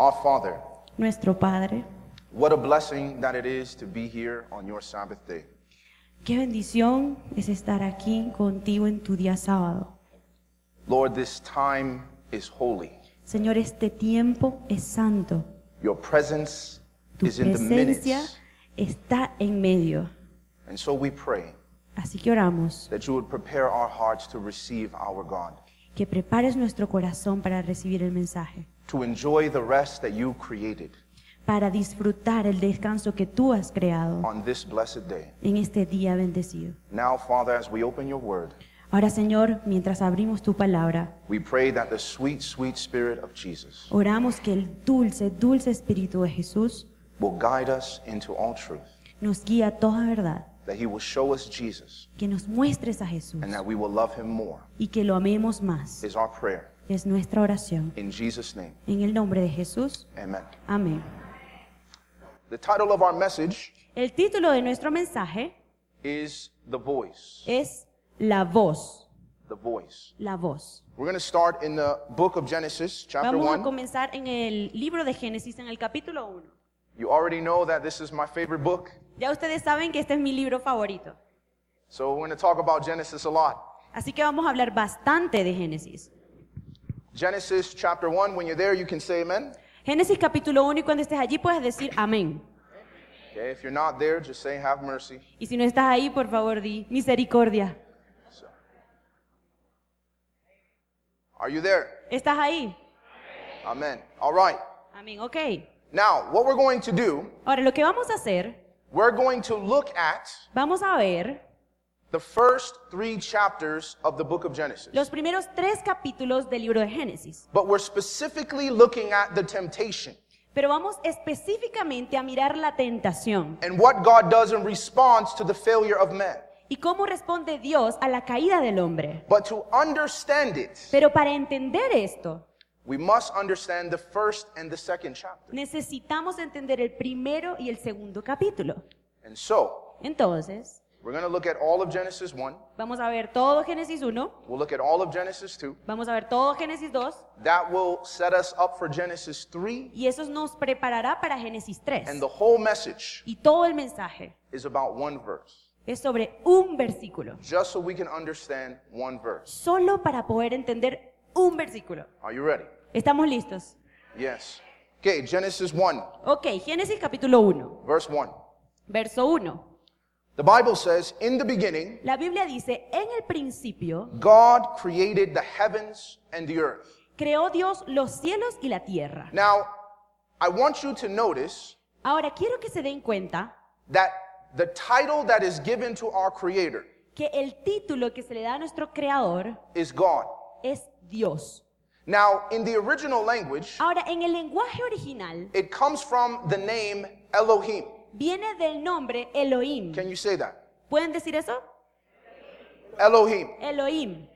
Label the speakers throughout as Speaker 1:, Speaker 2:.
Speaker 1: Our Father,
Speaker 2: nuestro Padre.
Speaker 1: what a blessing that it is to be here on your Sabbath day.
Speaker 2: Qué bendición es estar aquí contigo en tu día sábado.
Speaker 1: Lord, this time is holy.
Speaker 2: Señor, este tiempo es santo.
Speaker 1: Your presence
Speaker 2: Tu
Speaker 1: is in the
Speaker 2: presencia
Speaker 1: minutes.
Speaker 2: está en medio.
Speaker 1: And so we pray
Speaker 2: Así que oramos,
Speaker 1: that you would prepare our hearts to receive our God,
Speaker 2: que prepares nuestro corazón para recibir el mensaje,
Speaker 1: to enjoy the rest that you created
Speaker 2: para disfrutar el descanso que tú has creado
Speaker 1: on this blessed day.
Speaker 2: en este día bendecido.
Speaker 1: Now, Father, as we open your word,
Speaker 2: Ahora, Señor, mientras abrimos tu palabra,
Speaker 1: we pray that the sweet, sweet Spirit of Jesus
Speaker 2: oramos que el dulce, dulce Espíritu de Jesús
Speaker 1: will guide us into all truth,
Speaker 2: nos guíe a toda verdad,
Speaker 1: that he will show us Jesus,
Speaker 2: que nos muestres a Jesús
Speaker 1: and that we will love him more,
Speaker 2: y que lo amemos más.
Speaker 1: is our prayer.
Speaker 2: Es nuestra oración.
Speaker 1: In Jesus' name,
Speaker 2: En el nombre de Jesús.
Speaker 1: amen.
Speaker 2: Amén.
Speaker 1: The title of our message
Speaker 2: El título de nuestro mensaje
Speaker 1: is The Voice.
Speaker 2: es La voz.
Speaker 1: The Voice.
Speaker 2: La voz.
Speaker 1: We're going to start in the book of Genesis, chapter
Speaker 2: Vamos a
Speaker 1: 1.
Speaker 2: comenzar en el libro de Génesis, en el capítulo 1.
Speaker 1: You already know that this is my favorite book,
Speaker 2: Ya ustedes saben que este es mi libro favorito.
Speaker 1: so we're going to talk about Genesis a lot.
Speaker 2: Así que vamos a hablar bastante de Génesis.
Speaker 1: Genesis chapter 1, when you're there, you can say amen.
Speaker 2: Génesis capítulo 1 y cuando estés allí puedes decir amén.
Speaker 1: Okay, if you're not there, just say have mercy.
Speaker 2: Y si no estás ahí, por favor, di misericordia.
Speaker 1: Are you there?
Speaker 2: ¿Estás ahí?
Speaker 1: Amen. All right.
Speaker 2: Amén, ok.
Speaker 1: Now, what we're going to do,
Speaker 2: Ahora, lo que vamos a hacer,
Speaker 1: we're going to look at
Speaker 2: vamos a ver
Speaker 1: the first three chapters of the book of Genesis.
Speaker 2: los primeros tres capítulos del libro de Génesis.
Speaker 1: But we're specifically looking at the temptation
Speaker 2: Pero vamos específicamente a mirar la tentación
Speaker 1: and what God does in response to the failure of man.
Speaker 2: y cómo responde Dios a la caída del hombre.
Speaker 1: But to understand it,
Speaker 2: Pero para entender esto,
Speaker 1: we must understand the first and the second chapter.
Speaker 2: necesitamos entender el primero y el segundo capítulo.
Speaker 1: And so,
Speaker 2: Entonces,
Speaker 1: we're going to look at all of Genesis 1,
Speaker 2: vamos a ver todo Génesis 1,
Speaker 1: we'll look at all of Genesis 2.
Speaker 2: vamos a ver todo Génesis 2
Speaker 1: That will set us up for Genesis 3,
Speaker 2: y eso nos preparará para Génesis 3.
Speaker 1: and the whole message
Speaker 2: Y todo el mensaje
Speaker 1: is about one verse,
Speaker 2: es sobre un versículo,
Speaker 1: just so we can understand one verse.
Speaker 2: solo para poder entender un versículo.
Speaker 1: Are you ready?
Speaker 2: ¿Estamos listos?
Speaker 1: Yes. Okay, Genesis 1,
Speaker 2: Ok, Génesis capítulo 1,
Speaker 1: verse 1.
Speaker 2: verso 1.
Speaker 1: The Bible says, In the beginning,
Speaker 2: La Biblia dice, en el principio
Speaker 1: God created the heavens and the earth.
Speaker 2: creó Dios los cielos y la tierra.
Speaker 1: Now, I want you to notice
Speaker 2: Ahora quiero que se den cuenta
Speaker 1: that the title that is given to our Creator
Speaker 2: que el título que se le da a nuestro creador
Speaker 1: is God.
Speaker 2: es Dios.
Speaker 1: Now, in the original language,
Speaker 2: Ahora, en el lenguaje original
Speaker 1: it comes from the name Elohim.
Speaker 2: viene del nombre Elohim.
Speaker 1: Can you say that?
Speaker 2: ¿Pueden decir eso?
Speaker 1: Elohim.
Speaker 2: Elohim.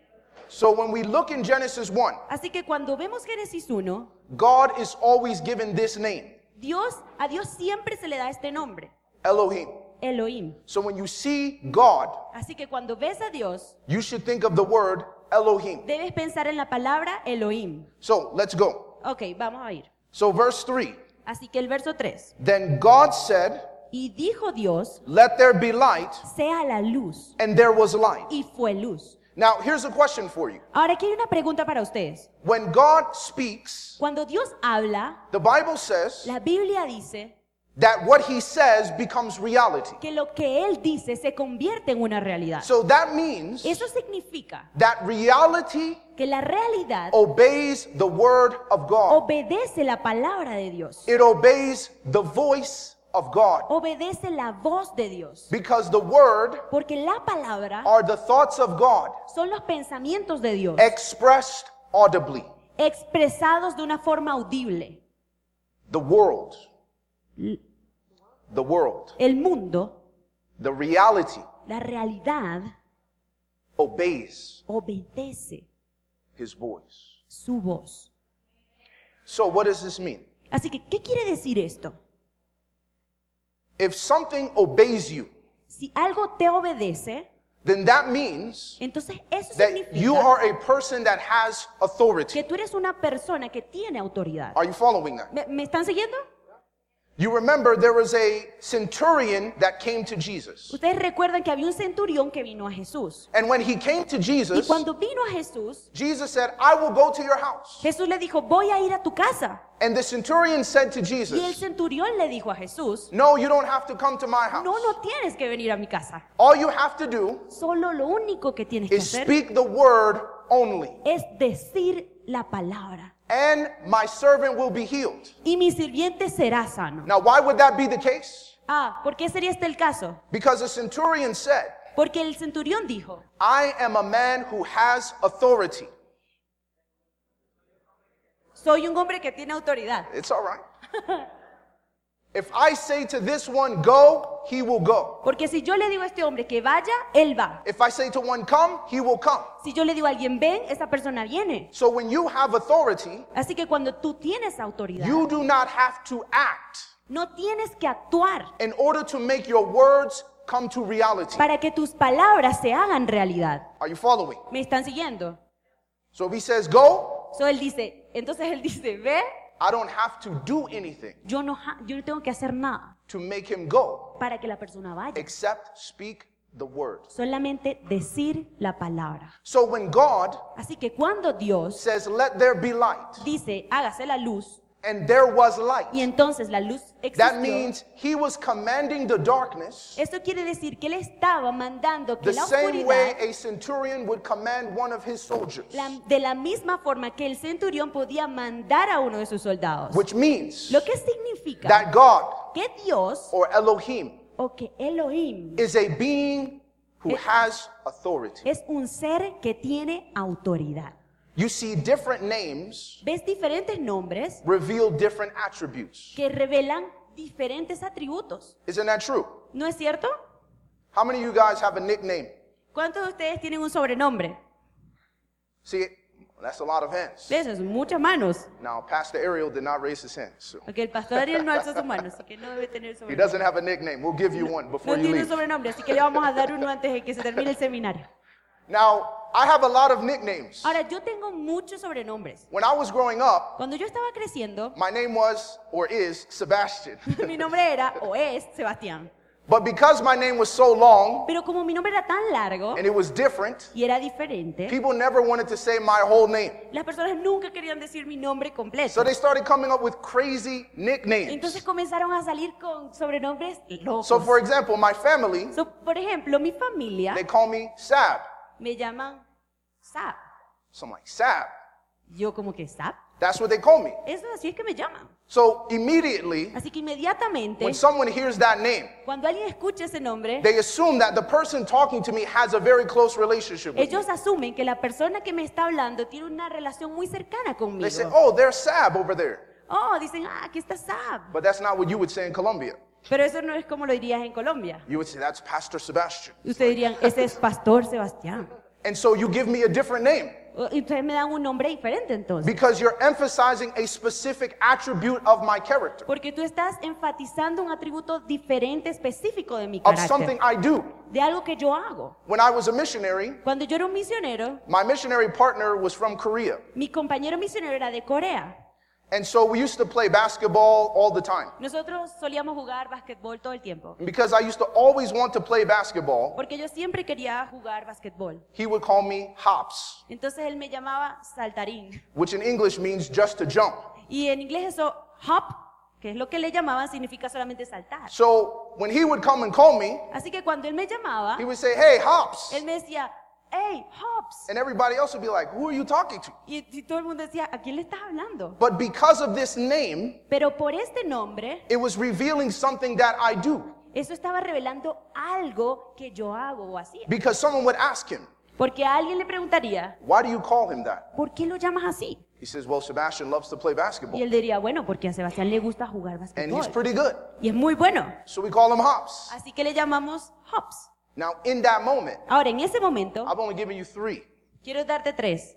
Speaker 1: So when we look in Genesis 1,
Speaker 2: Así que cuando vemos Génesis 1,
Speaker 1: God is always given this name,
Speaker 2: Dios, a Dios siempre se le da este nombre,
Speaker 1: Elohim.
Speaker 2: Elohim.
Speaker 1: So when you see God,
Speaker 2: Así que cuando ves a Dios,
Speaker 1: you should think of the word Elohim.
Speaker 2: debes pensar en la palabra Elohim.
Speaker 1: So let's go.
Speaker 2: Ok, vamos a ir.
Speaker 1: So verse 3.
Speaker 2: Así que el verso 3.
Speaker 1: Then God said,
Speaker 2: Y dijo Dios,
Speaker 1: Let there be light,
Speaker 2: sea la luz.
Speaker 1: and there was light.
Speaker 2: Y fue luz.
Speaker 1: Now, here's a question for you.
Speaker 2: Ahora aquí hay una pregunta para ustedes.
Speaker 1: When God speaks,
Speaker 2: Cuando Dios habla,
Speaker 1: the Bible says
Speaker 2: la Biblia dice
Speaker 1: that what he says becomes reality.
Speaker 2: que lo que Él dice se convierte en una realidad.
Speaker 1: So that means
Speaker 2: Eso significa
Speaker 1: that reality
Speaker 2: que la realidad
Speaker 1: obeys the word of God,
Speaker 2: obedece la palabra de Dios,
Speaker 1: it obeys the voice of God,
Speaker 2: obedece la voz de Dios,
Speaker 1: because the word
Speaker 2: porque la palabra
Speaker 1: are the thoughts of God
Speaker 2: son los pensamientos de Dios
Speaker 1: expressed audibly.
Speaker 2: expresados de una forma audible.
Speaker 1: The world,
Speaker 2: L-
Speaker 1: the world,
Speaker 2: El mundo,
Speaker 1: the reality
Speaker 2: la realidad,
Speaker 1: obeys
Speaker 2: obedece
Speaker 1: his voice.
Speaker 2: su voz.
Speaker 1: So, what does this mean?
Speaker 2: Así que, ¿qué quiere decir esto?
Speaker 1: If something obeys you,
Speaker 2: Si algo te obedece,
Speaker 1: then that means
Speaker 2: Entonces eso
Speaker 1: that you
Speaker 2: significa
Speaker 1: are a person that has authority.
Speaker 2: que tú eres una persona que tiene autoridad.
Speaker 1: Are you following that?
Speaker 2: ¿Me, me están siguiendo?
Speaker 1: You remember there was a centurion that came to Jesus.
Speaker 2: Ustedes recuerdan que había un centurión que vino a Jesús.
Speaker 1: And when he came to
Speaker 2: Y
Speaker 1: Jesus,
Speaker 2: cuando vino a Jesús,
Speaker 1: Jesus said, I will go to your house.
Speaker 2: Jesús le dijo, voy a ir a tu casa.
Speaker 1: And the centurion said to
Speaker 2: Y el
Speaker 1: Jesus,
Speaker 2: centurión le dijo a Jesús,
Speaker 1: No, you don't have to come to my house.
Speaker 2: no, no tienes que venir a mi casa.
Speaker 1: All you have to do
Speaker 2: Solo lo único que tienes que
Speaker 1: is
Speaker 2: hacer
Speaker 1: speak the word only,
Speaker 2: es decir la palabra.
Speaker 1: and my servant will be healed.
Speaker 2: Y mi sirviente será sano.
Speaker 1: Now, why would that be the case?
Speaker 2: Ah, ¿por qué sería este el caso?
Speaker 1: Because the centurion said,
Speaker 2: Porque el centurión dijo,
Speaker 1: I am a man who has authority.
Speaker 2: soy un hombre que tiene autoridad.
Speaker 1: It's all right. if I say to this one, go, he will go.
Speaker 2: Porque si yo le digo a este hombre que vaya, él va.
Speaker 1: If I say to one, come, he will come.
Speaker 2: Si yo le digo a alguien ven, esa persona viene.
Speaker 1: So when you have authority,
Speaker 2: Así que cuando tú tienes autoridad,
Speaker 1: you do not have to act
Speaker 2: no tienes que actuar
Speaker 1: in order to make your words come to reality.
Speaker 2: para que tus palabras se hagan realidad.
Speaker 1: Are you following?
Speaker 2: ¿Me están siguiendo?
Speaker 1: So if he says, go,
Speaker 2: So, él dice, entonces él dice, ve,
Speaker 1: I don't have to do anything
Speaker 2: yo no, ja- yo no tengo que hacer nada
Speaker 1: to make him go
Speaker 2: para que la persona vaya.
Speaker 1: except speak the word.
Speaker 2: Solamente decir la palabra.
Speaker 1: So when God
Speaker 2: Así que cuando Dios
Speaker 1: says, let there be light,
Speaker 2: dice, hágase la luz,
Speaker 1: and there was
Speaker 2: y
Speaker 1: light,
Speaker 2: entonces la luz
Speaker 1: that
Speaker 2: existió.
Speaker 1: means he was commanding the darkness
Speaker 2: Esto quiere decir que él estaba mandando que
Speaker 1: the
Speaker 2: la
Speaker 1: same way
Speaker 2: oscuridad,
Speaker 1: a centurion would command one of his soldiers,
Speaker 2: la- de la misma forma que el centurión podía mandar a uno de sus soldados.
Speaker 1: which means
Speaker 2: Lo que significa
Speaker 1: that God
Speaker 2: que Dios
Speaker 1: or Elohim
Speaker 2: o que Elohim
Speaker 1: is a being who has authority.
Speaker 2: es un ser que tiene autoridad.
Speaker 1: You see, different names
Speaker 2: Ves diferentes nombres
Speaker 1: reveal different attributes.
Speaker 2: que revelan diferentes atributos.
Speaker 1: Isn't that true?
Speaker 2: ¿No es cierto?
Speaker 1: How many of you guys have a nickname?
Speaker 2: ¿Cuántos de ustedes tienen un sobrenombre?
Speaker 1: See, that's a lot of hands.
Speaker 2: Esas son muchas manos.
Speaker 1: Now, Pastor Ariel did not raise his hand, so
Speaker 2: Porque el pastor Ariel no alzó su mano, así que no debe tener
Speaker 1: he
Speaker 2: sobrenombre.
Speaker 1: doesn't have a nickname. We'll give you one
Speaker 2: No
Speaker 1: before you
Speaker 2: tiene un
Speaker 1: leave.
Speaker 2: sobrenombre, así que le vamos a dar uno antes de que se termine el seminario.
Speaker 1: Now, I have a lot of nicknames.
Speaker 2: Ahora, yo tengo muchos sobrenombres.
Speaker 1: When I was growing up,
Speaker 2: Cuando yo estaba creciendo,
Speaker 1: my name was or is Sebastian.
Speaker 2: mi nombre era o es Sebastián.
Speaker 1: But because my name was so long
Speaker 2: Pero como mi nombre era tan largo
Speaker 1: and it was different,
Speaker 2: y era diferente,
Speaker 1: people never wanted to say my whole name.
Speaker 2: las personas nunca querían decir mi nombre
Speaker 1: So
Speaker 2: completo.
Speaker 1: they started coming up with crazy
Speaker 2: Entonces
Speaker 1: nicknames.
Speaker 2: comenzaron a salir con sobrenombres locos.
Speaker 1: So, for example, my family,
Speaker 2: So, por ejemplo, mi familia
Speaker 1: they call me Sab.
Speaker 2: me llaman Sab.
Speaker 1: So I'm like, Sab.
Speaker 2: Yo como que Sab.
Speaker 1: That's what they call me.
Speaker 2: Eso así es que me llaman.
Speaker 1: So immediately,
Speaker 2: Así que inmediatamente,
Speaker 1: when someone hears that name,
Speaker 2: cuando alguien escucha ese nombre,
Speaker 1: they assume that the person talking to me has a very close relationship with me.
Speaker 2: ellos asumen que la persona que me está hablando tiene una relación muy cercana conmigo.
Speaker 1: They say, oh, there's Sab over there.
Speaker 2: Oh, dicen, ah, aquí está Sab.
Speaker 1: But that's not what you would say in Colombia.
Speaker 2: Pero eso no es como lo dirías en Colombia.
Speaker 1: You would say, that's Pastor Sebastian.
Speaker 2: Y Ustedes dirían, ese es Pastor Sebastián.
Speaker 1: And so you give me a different name
Speaker 2: O- y Ustedes me dan un nombre diferente entonces.
Speaker 1: because you're emphasizing a specific attribute of my character,
Speaker 2: Porque tú estás enfatizando un atributo diferente, específico de mi
Speaker 1: of
Speaker 2: carácter.
Speaker 1: something I do.
Speaker 2: De algo que yo hago.
Speaker 1: When I was a missionary,
Speaker 2: Cuando yo era un misionero,
Speaker 1: my missionary partner was from Korea.
Speaker 2: mi compañero misionero era de Corea.
Speaker 1: And so we used to play basketball all the time.
Speaker 2: Nosotros solíamos jugar basquetbol todo el tiempo.
Speaker 1: And because I used to always want to play basketball,
Speaker 2: Porque yo siempre quería jugar basquetbol.
Speaker 1: he would call me hops,
Speaker 2: Entonces él me llamaba saltarín.
Speaker 1: which in English means just to jump.
Speaker 2: Y en inglés eso, hop, que es lo que le llamaban, significa solamente saltar.
Speaker 1: So when he would come and call me,
Speaker 2: Así que cuando él me llamaba,
Speaker 1: he would say, Hey, hops.
Speaker 2: él me decía, hey, hops.
Speaker 1: And everybody else would be like, Who are you talking to?
Speaker 2: Y, y todo el mundo decía, ¿a quién le estás hablando?
Speaker 1: But because of this name,
Speaker 2: Pero por este nombre,
Speaker 1: it was revealing something that I do.
Speaker 2: eso estaba revelando algo que yo hago o hacía.
Speaker 1: Because someone would ask him,
Speaker 2: Porque a alguien le preguntaría,
Speaker 1: Why do you call him that?
Speaker 2: ¿por qué lo llamas así?
Speaker 1: He says, Well, Sebastian loves to play
Speaker 2: Y
Speaker 1: basketball,
Speaker 2: él diría, bueno, porque a Sebastián le gusta jugar
Speaker 1: and he's
Speaker 2: basquetbol.
Speaker 1: pretty good.
Speaker 2: Y es muy bueno.
Speaker 1: So we call him hops.
Speaker 2: Así que le llamamos hops.
Speaker 1: Now, in that moment,
Speaker 2: Ahora, en ese momento,
Speaker 1: I've only given you three,
Speaker 2: quiero darte tres,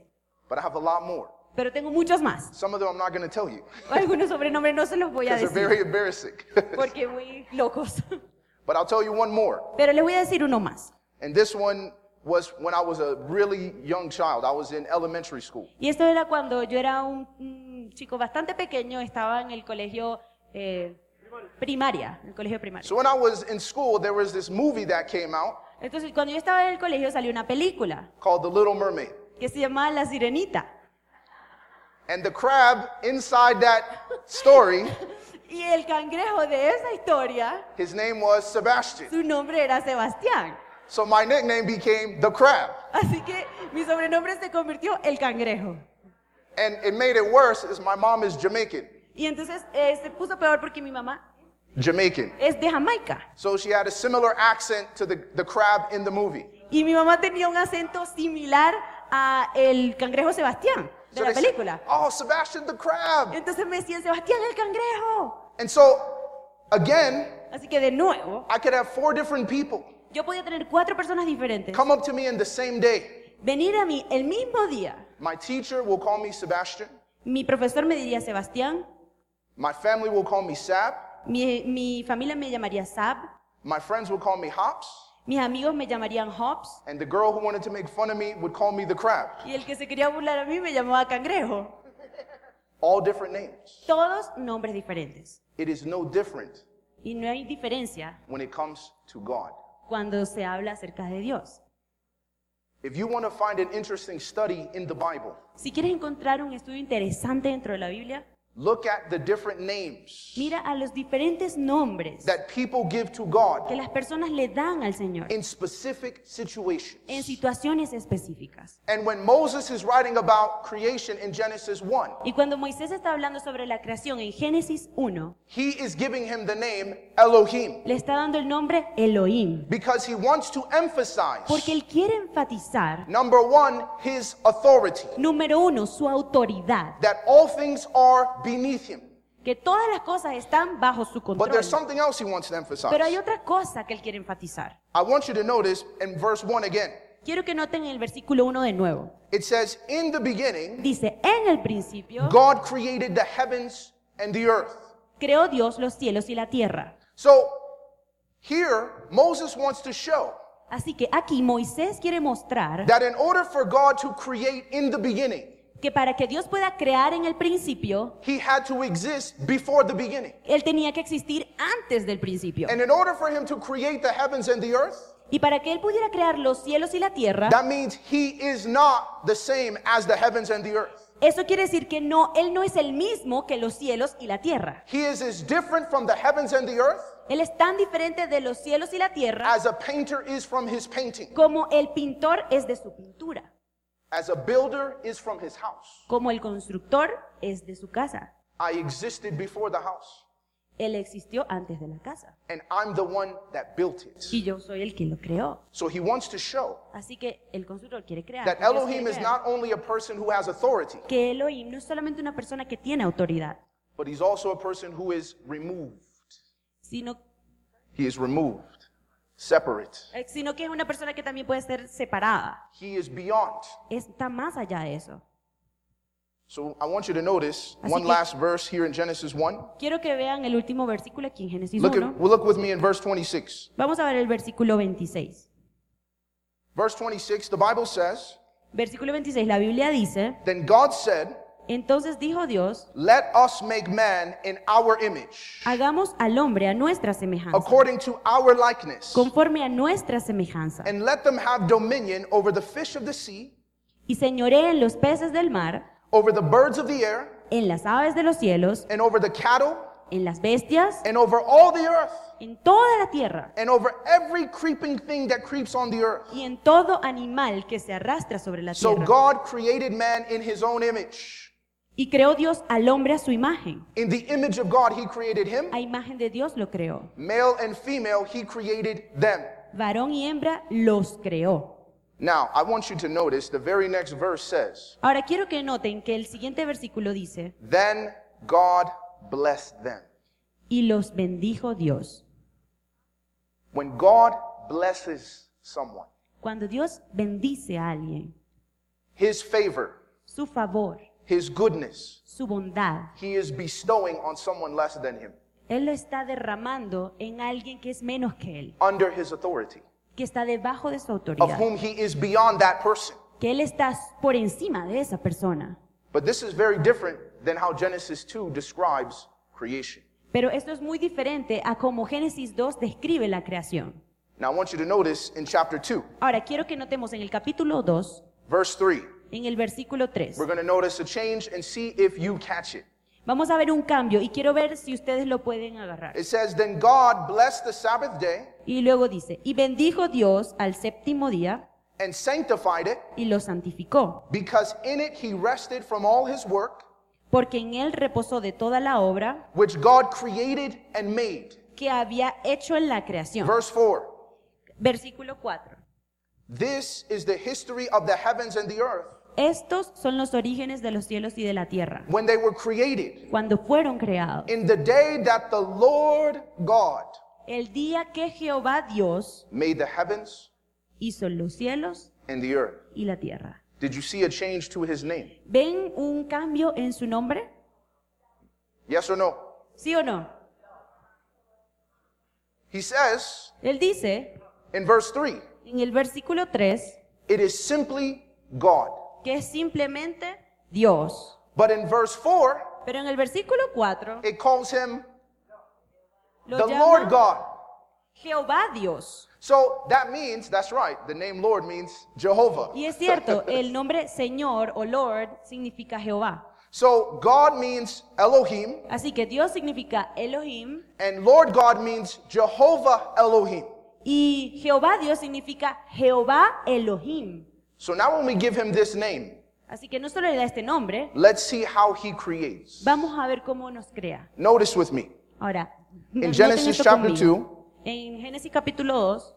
Speaker 1: but I have a lot more.
Speaker 2: pero tengo muchos más.
Speaker 1: Some of them I'm not going to tell you
Speaker 2: Algunos sobrenombres no se los voy a
Speaker 1: because they're
Speaker 2: decir
Speaker 1: very embarrassing.
Speaker 2: porque muy locos.
Speaker 1: but I'll tell you one more.
Speaker 2: Pero les voy a decir uno más.
Speaker 1: And this one was when I was a really young child. I was in elementary school.
Speaker 2: Y esto era cuando yo era un, un chico bastante pequeño, estaba en el colegio eh, primaria, el colegio primario.
Speaker 1: So when I was in school, there was this movie that came out
Speaker 2: Entonces, cuando yo estaba en el colegio salió una película
Speaker 1: called The Little Mermaid.
Speaker 2: que se llamaba La Sirenita.
Speaker 1: And the crab inside that story,
Speaker 2: Y el cangrejo de esa historia,
Speaker 1: his name was Sebastian.
Speaker 2: su nombre era Sebastián.
Speaker 1: So my nickname became The Crab.
Speaker 2: Así que mi sobrenombre se convirtió El Cangrejo.
Speaker 1: And it made it worse is my mom is Jamaican.
Speaker 2: Y entonces eh, se puso peor porque mi mamá
Speaker 1: Jamaican.
Speaker 2: es de Jamaica.
Speaker 1: So she had a similar accent to the, the crab in the movie.
Speaker 2: Y mi mamá tenía un acento similar a el cangrejo Sebastián de
Speaker 1: So
Speaker 2: la
Speaker 1: they said,
Speaker 2: película.
Speaker 1: oh, Sebastian the crab.
Speaker 2: Entonces me decían, Sebastián el cangrejo.
Speaker 1: And so, again,
Speaker 2: Así que de nuevo,
Speaker 1: I could have four different people
Speaker 2: yo podía tener cuatro personas diferentes.
Speaker 1: come up to me in the same day.
Speaker 2: Venir a mí el mismo día.
Speaker 1: My teacher will call me Sebastian.
Speaker 2: Mi profesor me diría Sebastián,
Speaker 1: My family will call me Sab.
Speaker 2: mi, mi familia me llamaría Sab,
Speaker 1: My friends will call me Hops.
Speaker 2: mis amigos me llamarían Hobbs
Speaker 1: And the girl who wanted to make fun of me would call me the crab.
Speaker 2: y el que se quería burlar a mí me llamaba cangrejo.
Speaker 1: All different names.
Speaker 2: Todos nombres diferentes.
Speaker 1: It is no different
Speaker 2: Y no hay diferencia
Speaker 1: when it comes to God.
Speaker 2: cuando se habla acerca de Dios.
Speaker 1: If you want to find an interesting study in the Bible,
Speaker 2: Si quieres encontrar un estudio interesante dentro de la Biblia,
Speaker 1: look at the different names
Speaker 2: mira a los diferentes nombres
Speaker 1: that people give to God
Speaker 2: que las personas le dan al Señor
Speaker 1: in specific
Speaker 2: en
Speaker 1: situations.
Speaker 2: situaciones específicas.
Speaker 1: And when Moses is writing about creation in Genesis 1,
Speaker 2: Y cuando Moisés está hablando sobre la creación en Génesis 1,
Speaker 1: he is giving him the name Elohim
Speaker 2: le está dando el nombre Elohim,
Speaker 1: because he wants to emphasize
Speaker 2: porque él quiere enfatizar,
Speaker 1: number 1 his authority
Speaker 2: número uno, su autoridad,
Speaker 1: that all things are beneath him.
Speaker 2: que todas las cosas están bajo su
Speaker 1: But
Speaker 2: control.
Speaker 1: there's something else he wants to emphasize.
Speaker 2: Pero hay otra cosa que él quiere enfatizar.
Speaker 1: I want you to notice in verse 1 again.
Speaker 2: Quiero que noten el versículo 1 de nuevo.
Speaker 1: It says, "In the beginning
Speaker 2: Dice, en el principio
Speaker 1: God created the heavens and the earth."
Speaker 2: creó Dios los cielos y la tierra.
Speaker 1: So here, Moses wants to show
Speaker 2: Así que aquí Moisés quiere mostrar
Speaker 1: that in order for God to create in the beginning,
Speaker 2: que para que Dios pueda crear en el principio,
Speaker 1: he had to exist before the beginning.
Speaker 2: Él tenía que existir antes del principio.
Speaker 1: And in order for him to create the heavens and the earth,
Speaker 2: Y para que Él pudiera crear los cielos y la tierra,
Speaker 1: that means he is not the same as the heavens and the earth.
Speaker 2: eso quiere decir que no, Él no es el mismo que los cielos y la tierra.
Speaker 1: He is as different from the heavens and the earth
Speaker 2: Él es tan diferente de los cielos y la tierra
Speaker 1: as a painter is from his painting,
Speaker 2: como el pintor es de su pintura,
Speaker 1: as a builder is from his house.
Speaker 2: como el constructor es de su casa.
Speaker 1: I existed before the house,
Speaker 2: Él existió antes de la casa
Speaker 1: and I'm the one that built it.
Speaker 2: y yo soy el que lo creó.
Speaker 1: So he wants to show
Speaker 2: Así que el constructor quiere crear.
Speaker 1: that
Speaker 2: Dios quiere
Speaker 1: Elohim is
Speaker 2: crear.
Speaker 1: not only a person who has authority,
Speaker 2: que Elohim no es solamente una persona que tiene autoridad,
Speaker 1: but he's also a person who is removed.
Speaker 2: sino,
Speaker 1: He is removed, separate.
Speaker 2: eh, sino que es una persona que también puede ser separada.
Speaker 1: He is beyond.
Speaker 2: Está más allá de eso.
Speaker 1: So I want you to notice
Speaker 2: Así
Speaker 1: one
Speaker 2: que-
Speaker 1: last verse here in Genesis 1.
Speaker 2: Quiero que vean el último versículo aquí en Génesis
Speaker 1: Look,
Speaker 2: 1.
Speaker 1: at, well, look with me in verse 26.
Speaker 2: Vamos a ver el versículo 26.
Speaker 1: Verse 26, the Bible says,
Speaker 2: Versículo 26, la Biblia dice,
Speaker 1: Then God said,
Speaker 2: entonces dijo Dios,
Speaker 1: Let us make man in our image,
Speaker 2: hagamos al hombre a nuestra semejanza,
Speaker 1: according to our likeness,
Speaker 2: conforme a nuestra semejanza,
Speaker 1: and let them have dominion over the fish of the sea,
Speaker 2: y señoré en los peces del mar,
Speaker 1: over the birds of the air,
Speaker 2: en las aves de los cielos,
Speaker 1: and over the cattle,
Speaker 2: en las bestias,
Speaker 1: and over all the earth,
Speaker 2: en toda la tierra.
Speaker 1: and over every creeping thing that creeps on the earth.
Speaker 2: y en todo animal que se arrastra sobre la
Speaker 1: So
Speaker 2: tierra.
Speaker 1: God created man in his own image.
Speaker 2: Y creó Dios al hombre a su imagen.
Speaker 1: In the image of God, he created him.
Speaker 2: A imagen de Dios lo creó.
Speaker 1: Male and female, he created them.
Speaker 2: Varón y hembra los creó.
Speaker 1: Now, I want you to notice the very next verse says,
Speaker 2: Ahora quiero que noten que el siguiente versículo dice,
Speaker 1: Then God blessed them.
Speaker 2: y los bendijo Dios.
Speaker 1: When God blesses someone,
Speaker 2: Cuando Dios bendice a alguien,
Speaker 1: his favor,
Speaker 2: su favor,
Speaker 1: his goodness,
Speaker 2: su bondad,
Speaker 1: he is bestowing on someone less than him
Speaker 2: Él lo está derramando en alguien que es menos que Él,
Speaker 1: under his authority.
Speaker 2: que está debajo de su
Speaker 1: of
Speaker 2: autoridad,
Speaker 1: whom he is beyond that person.
Speaker 2: que él está por encima de esa persona.
Speaker 1: But this is very different than how Genesis 2 describes creation.
Speaker 2: Pero esto es muy diferente a cómo Génesis 2 describe la creación.
Speaker 1: Now I want you to notice in chapter 2,
Speaker 2: Ahora, quiero que notemos en el capítulo 2,
Speaker 1: verse 3,
Speaker 2: en el versículo 3.
Speaker 1: we're going to notice a change and see if you catch it.
Speaker 2: Vamos a ver un cambio y quiero ver si ustedes lo pueden agarrar.
Speaker 1: It says, Then God blessed the Sabbath day
Speaker 2: Y luego dice, y bendijo Dios al séptimo día
Speaker 1: and sanctified it,
Speaker 2: y lo santificó,
Speaker 1: because in it he rested from all his work,
Speaker 2: porque en él reposó de toda la obra
Speaker 1: which God created and made.
Speaker 2: que había hecho en la creación.
Speaker 1: Verse 4
Speaker 2: Versículo 4.
Speaker 1: This is the history of the heavens and the earth
Speaker 2: Estos son los orígenes de los cielos y de la tierra,
Speaker 1: when they were created,
Speaker 2: cuando fueron creados.
Speaker 1: in the day that the Lord God
Speaker 2: El día que Jehová Dios
Speaker 1: made the heavens
Speaker 2: hizo los cielos
Speaker 1: and the earth.
Speaker 2: y la tierra.
Speaker 1: Did you see a change to his name?
Speaker 2: ¿Ven un cambio en su nombre?
Speaker 1: Yes or no?
Speaker 2: ¿Sí o no?
Speaker 1: He says
Speaker 2: Él dice
Speaker 1: in verse 3
Speaker 2: en el versículo 3
Speaker 1: it is simply God.
Speaker 2: que es simplemente Dios.
Speaker 1: But in verse 4,
Speaker 2: Pero en el versículo 4
Speaker 1: it calls him
Speaker 2: lo
Speaker 1: the
Speaker 2: llama
Speaker 1: Lord God.
Speaker 2: Jehová Dios.
Speaker 1: So that means, that's right, the name Lord means Jehovah.
Speaker 2: Y es cierto, el nombre Señor o Lord significa Jehová.
Speaker 1: So God means Elohim,
Speaker 2: Así que Dios significa Elohim
Speaker 1: and Lord God means Jehovah Elohim.
Speaker 2: y Jehová Dios significa Jehová Elohim.
Speaker 1: So now when we give him this name,
Speaker 2: Así que no solo le da este nombre,
Speaker 1: let's see how he creates.
Speaker 2: vamos a ver cómo nos crea.
Speaker 1: Notice with me.
Speaker 2: Ahora,
Speaker 1: In
Speaker 2: noten
Speaker 1: Genesis
Speaker 2: esto
Speaker 1: chapter
Speaker 2: conmigo. en Génesis capítulo 2,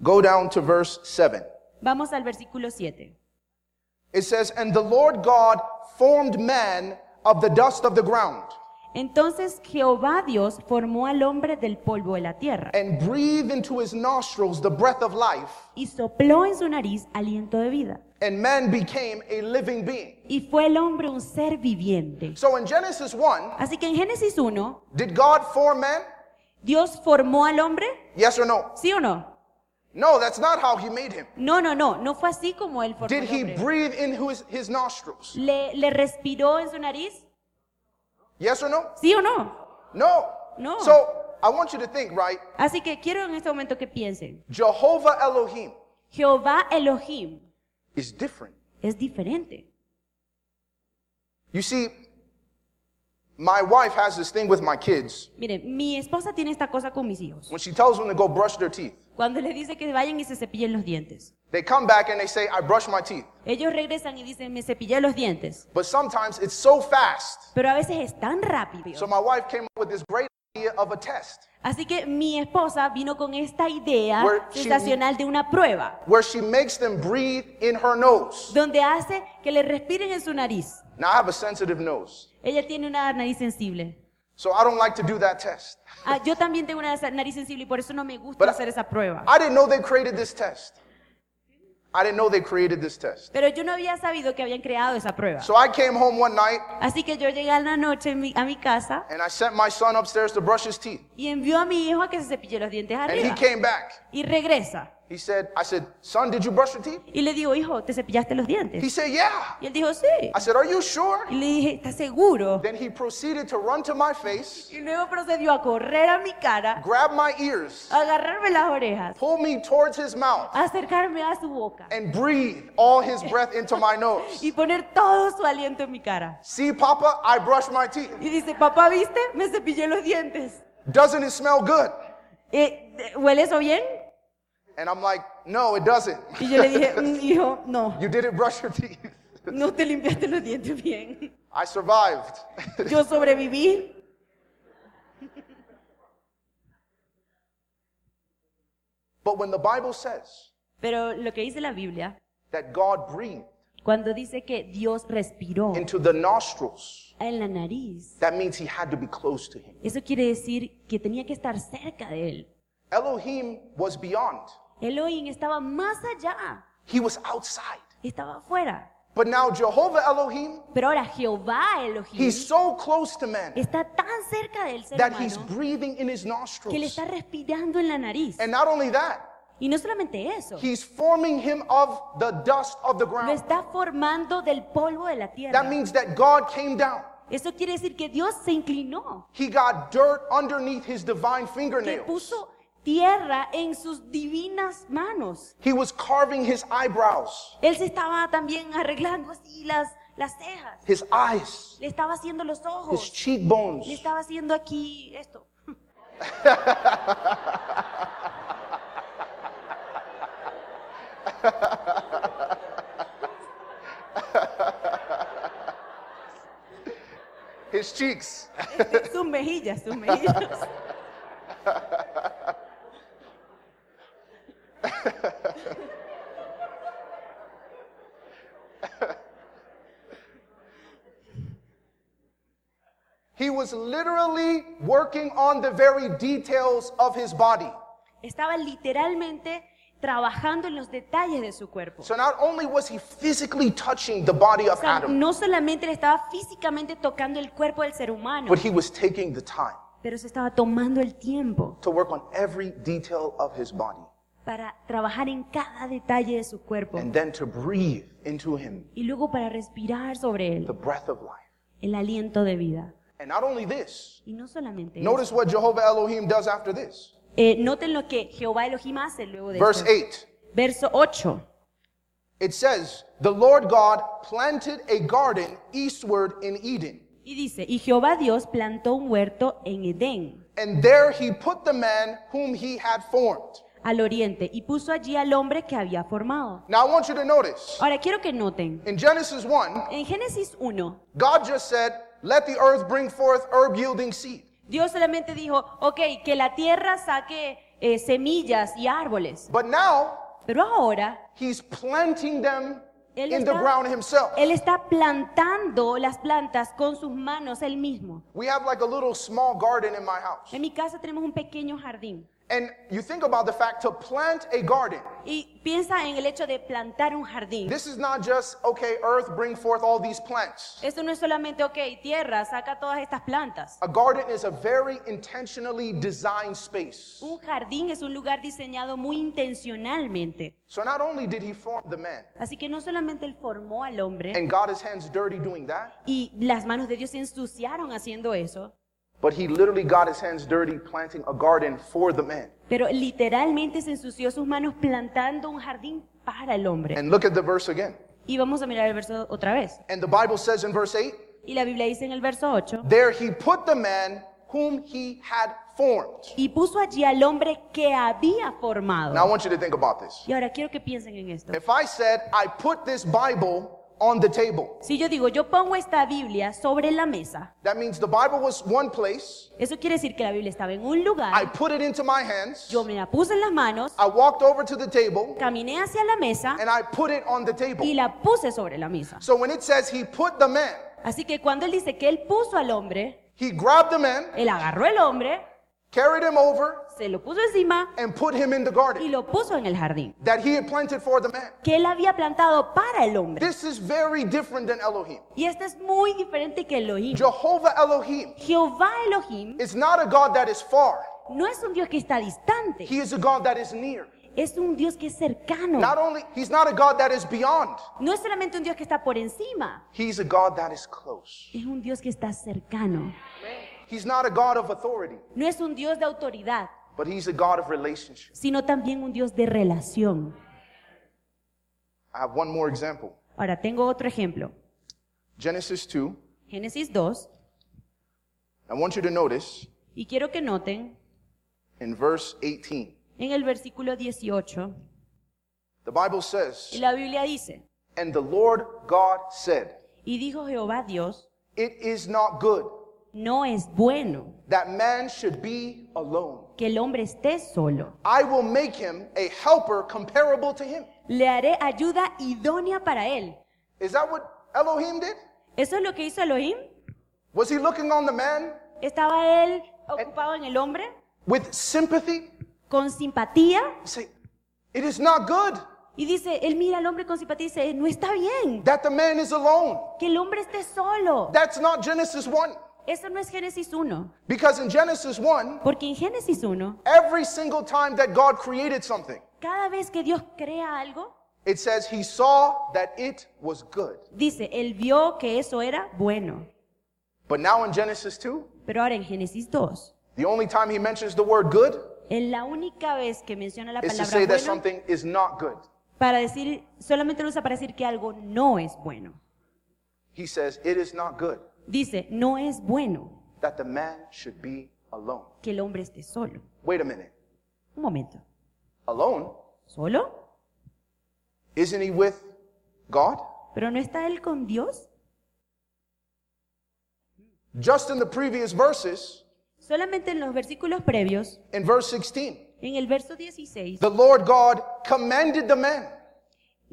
Speaker 1: Go down to verse 7.
Speaker 2: vamos al versículo 7.
Speaker 1: It says, And the Lord God formed man of the dust of the ground,
Speaker 2: Entonces Jehová Dios formó al hombre del polvo de la tierra
Speaker 1: and breathed into his nostrils the breath of life,
Speaker 2: y sopló en su nariz aliento de vida.
Speaker 1: and man became a living being.
Speaker 2: Y fue el hombre un ser viviente.
Speaker 1: So in Genesis 1,
Speaker 2: Así que en Génesis 1,
Speaker 1: did God form man?
Speaker 2: Dios formó al hombre,
Speaker 1: Yes or no?
Speaker 2: ¿sí o no?
Speaker 1: No, that's not how he made him.
Speaker 2: No, no, no, no fue así como él formó
Speaker 1: Did
Speaker 2: al
Speaker 1: he
Speaker 2: hombre.
Speaker 1: breathe into his, his nostrils?
Speaker 2: ¿Le, le respiró en su nariz?
Speaker 1: Yes or no?
Speaker 2: ¿Sí o no?
Speaker 1: No.
Speaker 2: No.
Speaker 1: So I want you to think, right?
Speaker 2: Así que quiero en este momento que piensen,
Speaker 1: Jehovah Elohim
Speaker 2: Jehová Elohim
Speaker 1: is different.
Speaker 2: es diferente.
Speaker 1: You see, my wife has this thing with my kids.
Speaker 2: Miren, mi esposa tiene esta cosa con mis hijos.
Speaker 1: When she tells them to go brush their teeth,
Speaker 2: Cuando les dice que vayan y se cepillen los dientes.
Speaker 1: they come back and they say, I brush my teeth.
Speaker 2: Ellos regresan y dicen, me cepillé los dientes.
Speaker 1: But sometimes it's so fast.
Speaker 2: Pero a veces es tan
Speaker 1: So
Speaker 2: rápido.
Speaker 1: my wife came up with this great idea of a test
Speaker 2: Así que mi esposa vino con esta idea
Speaker 1: Where she-
Speaker 2: sensacional de una prueba.
Speaker 1: where she makes them breathe in her nose.
Speaker 2: donde hace que le respiren en su nariz.
Speaker 1: Now I have a sensitive nose,
Speaker 2: Ella tiene una nariz sensible.
Speaker 1: so I don't like to do that test.
Speaker 2: Ah, yo también tengo una nariz sensible y por eso no me gusta
Speaker 1: But I-
Speaker 2: hacer esa prueba.
Speaker 1: I didn't know they created this test. I didn't know they created this test.
Speaker 2: Pero yo no había sabido que habían creado esa prueba.
Speaker 1: So I came home one night
Speaker 2: Así que yo llegué a la noche en mi- a mi casa
Speaker 1: and I sent my son upstairs to brush his teeth.
Speaker 2: y envió a mi hijo a que se cepille los dientes
Speaker 1: And he
Speaker 2: arriba.
Speaker 1: came back.
Speaker 2: Y regresa.
Speaker 1: He said, I said, son, did you brush your teeth?
Speaker 2: Y le digo, hijo, ¿te cepillaste los
Speaker 1: He
Speaker 2: dientes?
Speaker 1: said, yeah.
Speaker 2: Y él dijo, sí.
Speaker 1: I said, are you sure?
Speaker 2: Y le dije, ¿estás seguro?
Speaker 1: Then he proceeded to run to my face,
Speaker 2: Y luego procedió a correr a mi cara,
Speaker 1: grab my ears,
Speaker 2: a agarrarme las orejas,
Speaker 1: pull me towards his mouth,
Speaker 2: a acercarme a su boca
Speaker 1: and breathe all his breath into my nose.
Speaker 2: y poner todo su aliento en mi cara.
Speaker 1: See, Papa, I brush my teeth.
Speaker 2: Y dice, papá, ¿viste? Me cepillé los dientes.
Speaker 1: Doesn't it smell good?
Speaker 2: Eh, de- ¿Huele eso bien?
Speaker 1: And I'm like, no, it doesn't.
Speaker 2: Y yo le dije, "Mm, hijo, no,
Speaker 1: You didn't brush your teeth.
Speaker 2: no te limpiaste los dientes bien.
Speaker 1: I survived.
Speaker 2: Yo sobreviví.
Speaker 1: but when the Bible says
Speaker 2: Pero lo que dice la Biblia,
Speaker 1: that God breathed
Speaker 2: cuando dice que Dios respiró
Speaker 1: into the nostrils,
Speaker 2: en la nariz,
Speaker 1: that means he had to be close to him.
Speaker 2: eso quiere decir que tenía que estar cerca de él.
Speaker 1: Elohim was beyond,
Speaker 2: Elohim estaba más allá,
Speaker 1: he was outside.
Speaker 2: estaba afuera.
Speaker 1: But now Jehovah Elohim,
Speaker 2: Pero ahora Jehová Elohim
Speaker 1: he's so close to man
Speaker 2: está tan cerca del ser
Speaker 1: that he's
Speaker 2: humano
Speaker 1: breathing in his
Speaker 2: que le
Speaker 1: nostrils.
Speaker 2: está respirando en la nariz.
Speaker 1: And not only that,
Speaker 2: Y no solamente eso,
Speaker 1: He's forming him of the dust of the
Speaker 2: lo
Speaker 1: ground.
Speaker 2: está formando del polvo de la tierra.
Speaker 1: That means that God came down.
Speaker 2: Eso quiere decir que Dios se inclinó,
Speaker 1: He got dirt underneath his divine
Speaker 2: que
Speaker 1: fingernails.
Speaker 2: puso tierra en sus divinas manos.
Speaker 1: He was carving his eyebrows,
Speaker 2: Él se estaba también arreglando así las, las cejas,
Speaker 1: his eyes,
Speaker 2: le estaba haciendo los
Speaker 1: his
Speaker 2: ojos,
Speaker 1: cheekbones.
Speaker 2: le estaba haciendo aquí esto.
Speaker 1: his cheeks.
Speaker 2: Este, sus mejillas, sus mejillas.
Speaker 1: He was literally working on the very details of his body.
Speaker 2: Estaba literalmente trabajando en los detalles de su cuerpo.
Speaker 1: So not only was he physically touching the body of
Speaker 2: O sea,
Speaker 1: Adam,
Speaker 2: no solamente le estaba físicamente tocando el cuerpo del ser humano,
Speaker 1: but he was taking the time
Speaker 2: pero se estaba tomando el tiempo
Speaker 1: to work on every detail of his body
Speaker 2: para trabajar en cada detalle de su cuerpo
Speaker 1: and then to breathe into him
Speaker 2: y luego para respirar sobre
Speaker 1: the
Speaker 2: él
Speaker 1: breath of life.
Speaker 2: el aliento de vida.
Speaker 1: And not only this,
Speaker 2: Y no solamente eso.
Speaker 1: notice what Jehovah Elohim does after this.
Speaker 2: Eh, noten lo que Jehová Elohim hace luego de
Speaker 1: Verse
Speaker 2: esto.
Speaker 1: 8,
Speaker 2: Verso 8.
Speaker 1: it says, The Lord God planted a garden eastward in Eden,
Speaker 2: Y dice, y Jehová Dios plantó un huerto en Edén,
Speaker 1: and there he put the man whom he had formed.
Speaker 2: al oriente, y puso allí al hombre que había formado.
Speaker 1: Now I want you to notice,
Speaker 2: Ahora quiero que noten,
Speaker 1: in Genesis 1,
Speaker 2: en Génesis 1,
Speaker 1: God just said, Let the earth bring forth herb yielding seed.
Speaker 2: Dios solamente dijo, ok, que la tierra saque eh, semillas y árboles.
Speaker 1: But now
Speaker 2: Pero ahora
Speaker 1: he's planting them
Speaker 2: Él
Speaker 1: in the
Speaker 2: está-
Speaker 1: ground himself.
Speaker 2: Él está plantando las plantas con sus manos él mismo.
Speaker 1: We have like a little small garden in my house.
Speaker 2: En mi casa tenemos un pequeño jardín.
Speaker 1: And you think about the fact to plant a garden,
Speaker 2: Y piensa en el hecho de plantar un jardín.
Speaker 1: this is not just, okay, earth bring forth all these plants.
Speaker 2: Esto no es solamente, ok, tierra, saca todas estas plantas.
Speaker 1: A garden is a very intentionally designed space.
Speaker 2: Un jardín es un lugar diseñado muy intencionalmente.
Speaker 1: So not only did he form the man,
Speaker 2: Así que no solamente él formó al hombre
Speaker 1: and got his hands dirty doing that,
Speaker 2: y las manos de Dios se ensuciaron haciendo eso,
Speaker 1: but he literally got his hands dirty planting a garden for the man.
Speaker 2: Pero literalmente se ensució sus manos plantando un jardín para el hombre.
Speaker 1: And look at the verse again.
Speaker 2: Y vamos a mirar el verso otra vez.
Speaker 1: And the Bible says in verse 8,
Speaker 2: Y la Biblia dice en el verso 8,
Speaker 1: There he put the man whom he had formed.
Speaker 2: y puso allí al hombre que había
Speaker 1: Now I
Speaker 2: formado.
Speaker 1: want you to think about this.
Speaker 2: Y ahora quiero que piensen en esto.
Speaker 1: If I said, I put this Bible on the table,
Speaker 2: Si yo digo, yo pongo esta Biblia sobre la mesa,
Speaker 1: that means the Bible was one place.
Speaker 2: eso quiere decir que la Biblia estaba en un
Speaker 1: I
Speaker 2: lugar,
Speaker 1: put it into my hands.
Speaker 2: yo me la puse en las manos,
Speaker 1: I walked over to the table
Speaker 2: caminé hacia la mesa
Speaker 1: and I put it on the
Speaker 2: y
Speaker 1: table.
Speaker 2: la puse sobre la mesa.
Speaker 1: So when it says he put the man,
Speaker 2: Así que cuando él dice que él puso al hombre,
Speaker 1: he grabbed the man,
Speaker 2: él agarró el hombre,
Speaker 1: carried him over,
Speaker 2: se lo puso encima
Speaker 1: and put him in the
Speaker 2: y
Speaker 1: garden
Speaker 2: lo puso en el jardín.
Speaker 1: that he had planted for the man.
Speaker 2: que él había plantado para el hombre.
Speaker 1: This is very different than Elohim.
Speaker 2: Y esto es muy diferente que Elohim.
Speaker 1: Jehovah Elohim
Speaker 2: Jehová Elohim
Speaker 1: is not a God that is far.
Speaker 2: no es un Dios que está distante,
Speaker 1: He is a God that is near.
Speaker 2: es un Dios que es cercano.
Speaker 1: Not only, He's not a God that is beyond,
Speaker 2: No es solamente un Dios que está por encima,
Speaker 1: He's a God that is close.
Speaker 2: es un Dios que está cercano.
Speaker 1: He's not a God of authority,
Speaker 2: No es un Dios de autoridad,
Speaker 1: but He's a God of relationship.
Speaker 2: sino también un Dios de relación.
Speaker 1: I have one more example
Speaker 2: Ahora tengo otro ejemplo.
Speaker 1: Genesis 2.
Speaker 2: Génesis 2,
Speaker 1: I want you to notice
Speaker 2: y quiero que noten
Speaker 1: in verse 18,
Speaker 2: en el versículo 18,
Speaker 1: the Bible
Speaker 2: y
Speaker 1: says,
Speaker 2: la Biblia dice,
Speaker 1: And the Lord God said,
Speaker 2: y dijo Jehová Dios,
Speaker 1: It is not good
Speaker 2: no es bueno
Speaker 1: that man should be alone.
Speaker 2: que el hombre esté solo.
Speaker 1: I will make him a helper comparable to him.
Speaker 2: le haré ayuda idónea para él.
Speaker 1: Is that what Elohim did?
Speaker 2: Eso es lo que hizo Elohim.
Speaker 1: Was he looking on the man
Speaker 2: Estaba él ocupado en el hombre,
Speaker 1: with sympathy?
Speaker 2: con simpatía,
Speaker 1: Say, it is not good
Speaker 2: y dice, él mira al hombre con simpatía y dice, no está bien
Speaker 1: that the man is alone.
Speaker 2: que el hombre esté solo.
Speaker 1: That's not Genesis 1.
Speaker 2: Eso no es Génesis 1,
Speaker 1: Because in Genesis 1,
Speaker 2: porque en Génesis 1,
Speaker 1: every single time that God created something,
Speaker 2: Cada vez que Dios crea algo,
Speaker 1: It says he saw that it was good.
Speaker 2: dice, él vio que eso era bueno.
Speaker 1: But now in Genesis 2,
Speaker 2: Pero ahora en Génesis 2,
Speaker 1: the only time he mentions the word good
Speaker 2: es la única vez que menciona la
Speaker 1: is to
Speaker 2: palabra
Speaker 1: say that
Speaker 2: bueno
Speaker 1: something is not good.
Speaker 2: para decir, solamente lo usa para decir que algo no es bueno.
Speaker 1: He says, It is not good
Speaker 2: Dice, no es bueno
Speaker 1: that the man should be alone.
Speaker 2: que el hombre esté solo.
Speaker 1: Wait a minute.
Speaker 2: Un momento.
Speaker 1: Alone?
Speaker 2: ¿Solo?
Speaker 1: Isn't he with God?
Speaker 2: ¿Pero no está él con Dios?
Speaker 1: Just in the previous verses,
Speaker 2: Solamente en los versículos previos,
Speaker 1: in verse 16,
Speaker 2: en el verso 16,
Speaker 1: the Lord God commanded the man.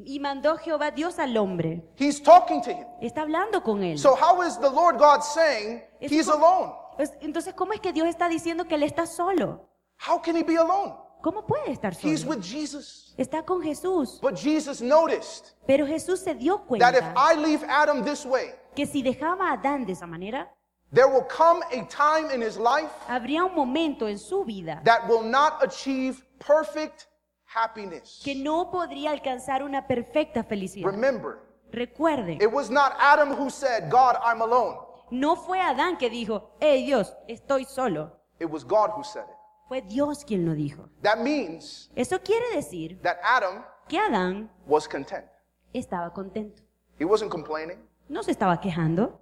Speaker 2: y mandó Jehová Dios al hombre.
Speaker 1: He's talking to him.
Speaker 2: Está hablando con él.
Speaker 1: So, how is the Lord God saying
Speaker 2: Es
Speaker 1: he's
Speaker 2: como-
Speaker 1: alone?
Speaker 2: Es- Entonces, ¿cómo es que Dios está diciendo que él está solo?
Speaker 1: How can he be alone?
Speaker 2: ¿Cómo puede estar
Speaker 1: He's
Speaker 2: solo?
Speaker 1: with Jesus.
Speaker 2: Está con Jesús.
Speaker 1: But Jesus noticed
Speaker 2: Pero Jesús se dio
Speaker 1: that if
Speaker 2: cuenta
Speaker 1: I leave Adam this way,
Speaker 2: que si dejaba a Adán de esa manera,
Speaker 1: there will come a time in his life
Speaker 2: habría un momento en su vida
Speaker 1: that will not achieve perfect happiness.
Speaker 2: que no podría alcanzar una perfecta felicidad.
Speaker 1: Remember,
Speaker 2: Recuerden,
Speaker 1: it was not Adam who said, God, I'm alone.
Speaker 2: no fue Adán que dijo, hey Dios, estoy solo.
Speaker 1: It was God who said it.
Speaker 2: Fue Dios quien lo dijo.
Speaker 1: That means
Speaker 2: Eso quiere decir
Speaker 1: that Adam
Speaker 2: que Adán
Speaker 1: was content.
Speaker 2: estaba contento.
Speaker 1: He wasn't complaining.
Speaker 2: No se estaba quejando.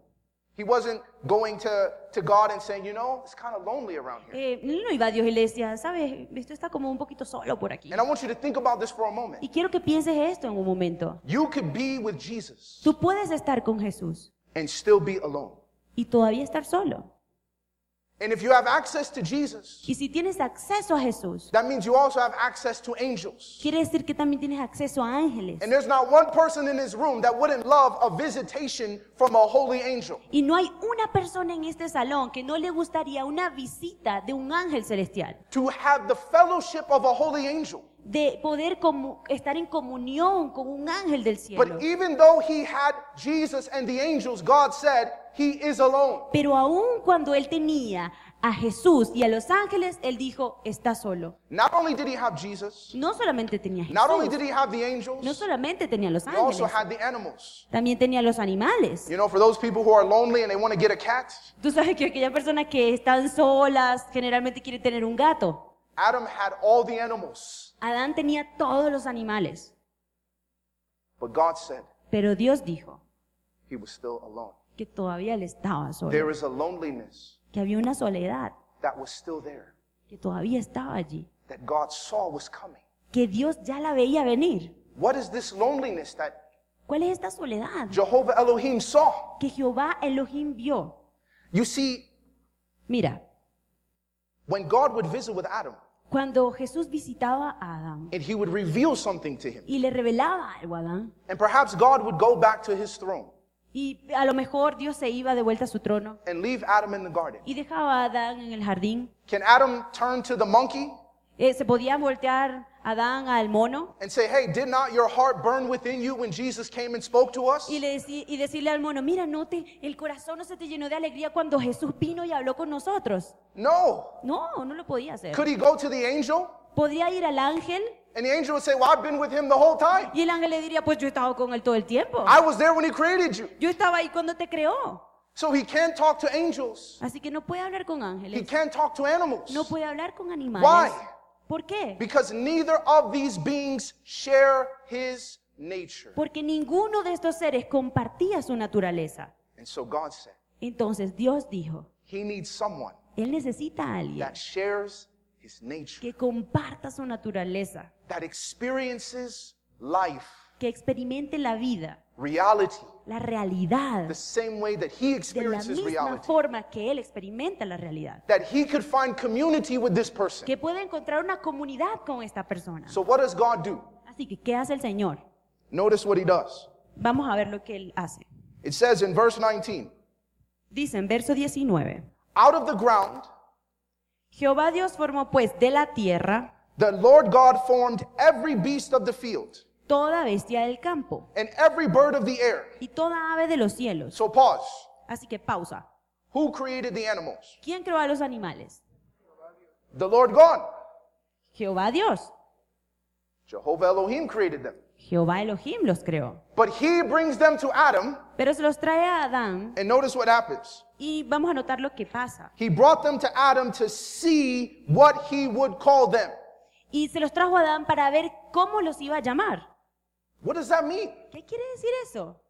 Speaker 1: He wasn't going to, to God and saying, you know, it's kind of lonely around here.
Speaker 2: Eh, él no iba a Dios y le decía, sabes, esto está como un poquito solo por aquí.
Speaker 1: And I want you to think about this for a moment.
Speaker 2: Y quiero que pienses esto en un momento.
Speaker 1: You could be with Jesus
Speaker 2: Tú puedes estar con Jesús
Speaker 1: and still be alone.
Speaker 2: y todavía estar solo.
Speaker 1: And if you have access to Jesus,
Speaker 2: Y si tienes acceso a Jesús,
Speaker 1: that means you also have access to angels.
Speaker 2: quiere decir que también tienes acceso a ángeles.
Speaker 1: And there's not one person in this room that wouldn't love a visitation from a holy angel.
Speaker 2: Y no hay una persona en este salón que no le gustaría una visita de un ángel celestial,
Speaker 1: To have the fellowship of a holy angel.
Speaker 2: de poder comu- estar en comunión con un ángel del cielo.
Speaker 1: But even though he had Jesus and the angels, God said, He is alone.
Speaker 2: Pero aun cuando él tenía a Jesús y a los ángeles, él dijo, está solo.
Speaker 1: Not only did he have Jesus,
Speaker 2: No solamente tenía a
Speaker 1: not only
Speaker 2: Jesús,
Speaker 1: did he have the
Speaker 2: no
Speaker 1: angels,
Speaker 2: solamente tenía a los
Speaker 1: he also
Speaker 2: ángeles,
Speaker 1: had the animals.
Speaker 2: también tenía a los animales.
Speaker 1: You know, for those people who are lonely and they want to get a cat,
Speaker 2: Tú sabes que aquellas personas que están solas generalmente quieren tener un gato.
Speaker 1: Adam had all the animals.
Speaker 2: Adán tenía todos los animales,
Speaker 1: But God said
Speaker 2: pero Dios dijo
Speaker 1: he was still alone.
Speaker 2: que todavía él estaba solo,
Speaker 1: There is a loneliness
Speaker 2: que había una soledad
Speaker 1: that was still there
Speaker 2: que todavía estaba allí,
Speaker 1: that God saw was coming.
Speaker 2: que Dios ya la veía venir.
Speaker 1: What is this loneliness that
Speaker 2: ¿Cuál es esta soledad
Speaker 1: Jehovah Elohim saw?
Speaker 2: que Jehová Elohim vio?
Speaker 1: You see,
Speaker 2: Mira,
Speaker 1: when God would visit with Adam
Speaker 2: cuando Jesús visitaba a Adán
Speaker 1: and he would reveal something to him,
Speaker 2: y le revelaba algo a Adán,
Speaker 1: and perhaps God would go back to his throne
Speaker 2: y a lo mejor Dios se iba de vuelta a su trono
Speaker 1: and leave Adam in the garden.
Speaker 2: y dejaba a Adán en el jardín,
Speaker 1: Can Adam turn to the monkey
Speaker 2: eh, se podía voltear Adán al mono
Speaker 1: and say, Hey, did not your heart burn within you when Jesus came and spoke to us?
Speaker 2: y, le deci- y decirle al mono, mira, no te, el corazón no se te llenó de alegría cuando Jesús vino y habló con nosotros.
Speaker 1: No.
Speaker 2: No, no lo podía hacer.
Speaker 1: Could he go to the angel?
Speaker 2: Podría ir al ángel
Speaker 1: And the angel would say, Well, I've been with him the whole time.
Speaker 2: y el ángel le diría, pues yo he estado con él todo el tiempo.
Speaker 1: I was there when he created you.
Speaker 2: Yo estaba ahí cuando te creó.
Speaker 1: So he can't talk to angels.
Speaker 2: Así que no puede hablar con
Speaker 1: He
Speaker 2: ángeles.
Speaker 1: can't talk to animals.
Speaker 2: No puede hablar con animales. ¿Por qué?
Speaker 1: Because neither of these beings share his nature.
Speaker 2: Porque ninguno de estos seres compartía su naturaleza.
Speaker 1: And so God said,
Speaker 2: Entonces Dios dijo,
Speaker 1: He needs someone
Speaker 2: Él necesita a alguien
Speaker 1: that shares his nature,
Speaker 2: que comparta su naturaleza,
Speaker 1: that experiences life,
Speaker 2: que experimente la vida,
Speaker 1: reality,
Speaker 2: la realidad,
Speaker 1: the same way that he
Speaker 2: de la
Speaker 1: experiences
Speaker 2: misma
Speaker 1: reality.
Speaker 2: forma que Él experimenta la realidad.
Speaker 1: That he could find community with this person.
Speaker 2: Que pueda encontrar una comunidad con esta persona.
Speaker 1: So, what does God do?
Speaker 2: Así que, ¿qué hace el Señor?
Speaker 1: Notice what he does.
Speaker 2: Vamos a ver lo que Él hace.
Speaker 1: It says in verse 19,
Speaker 2: Dice en verso 19,
Speaker 1: Out of the ground,
Speaker 2: Jehová Dios formó pues de la tierra
Speaker 1: the Lord God formed every beast of the field
Speaker 2: toda bestia del campo
Speaker 1: and every bird of the air.
Speaker 2: y toda ave de los cielos.
Speaker 1: So pause.
Speaker 2: Así que pausa.
Speaker 1: Who created the animals?
Speaker 2: ¿Quién creó a los animales?
Speaker 1: The Lord God.
Speaker 2: Jehová Dios.
Speaker 1: Jehovah Elohim created them.
Speaker 2: Jehová Elohim los creó.
Speaker 1: But he brings them to Adam,
Speaker 2: Pero se los trae a Adán
Speaker 1: and notice what happens.
Speaker 2: y vamos a notar lo que pasa.
Speaker 1: He brought them to Adam to see what he would call them.
Speaker 2: Y se los trajo a Adán para ver cómo los iba a llamar.
Speaker 1: What does that mean?
Speaker 2: ¿Qué quiere decir eso?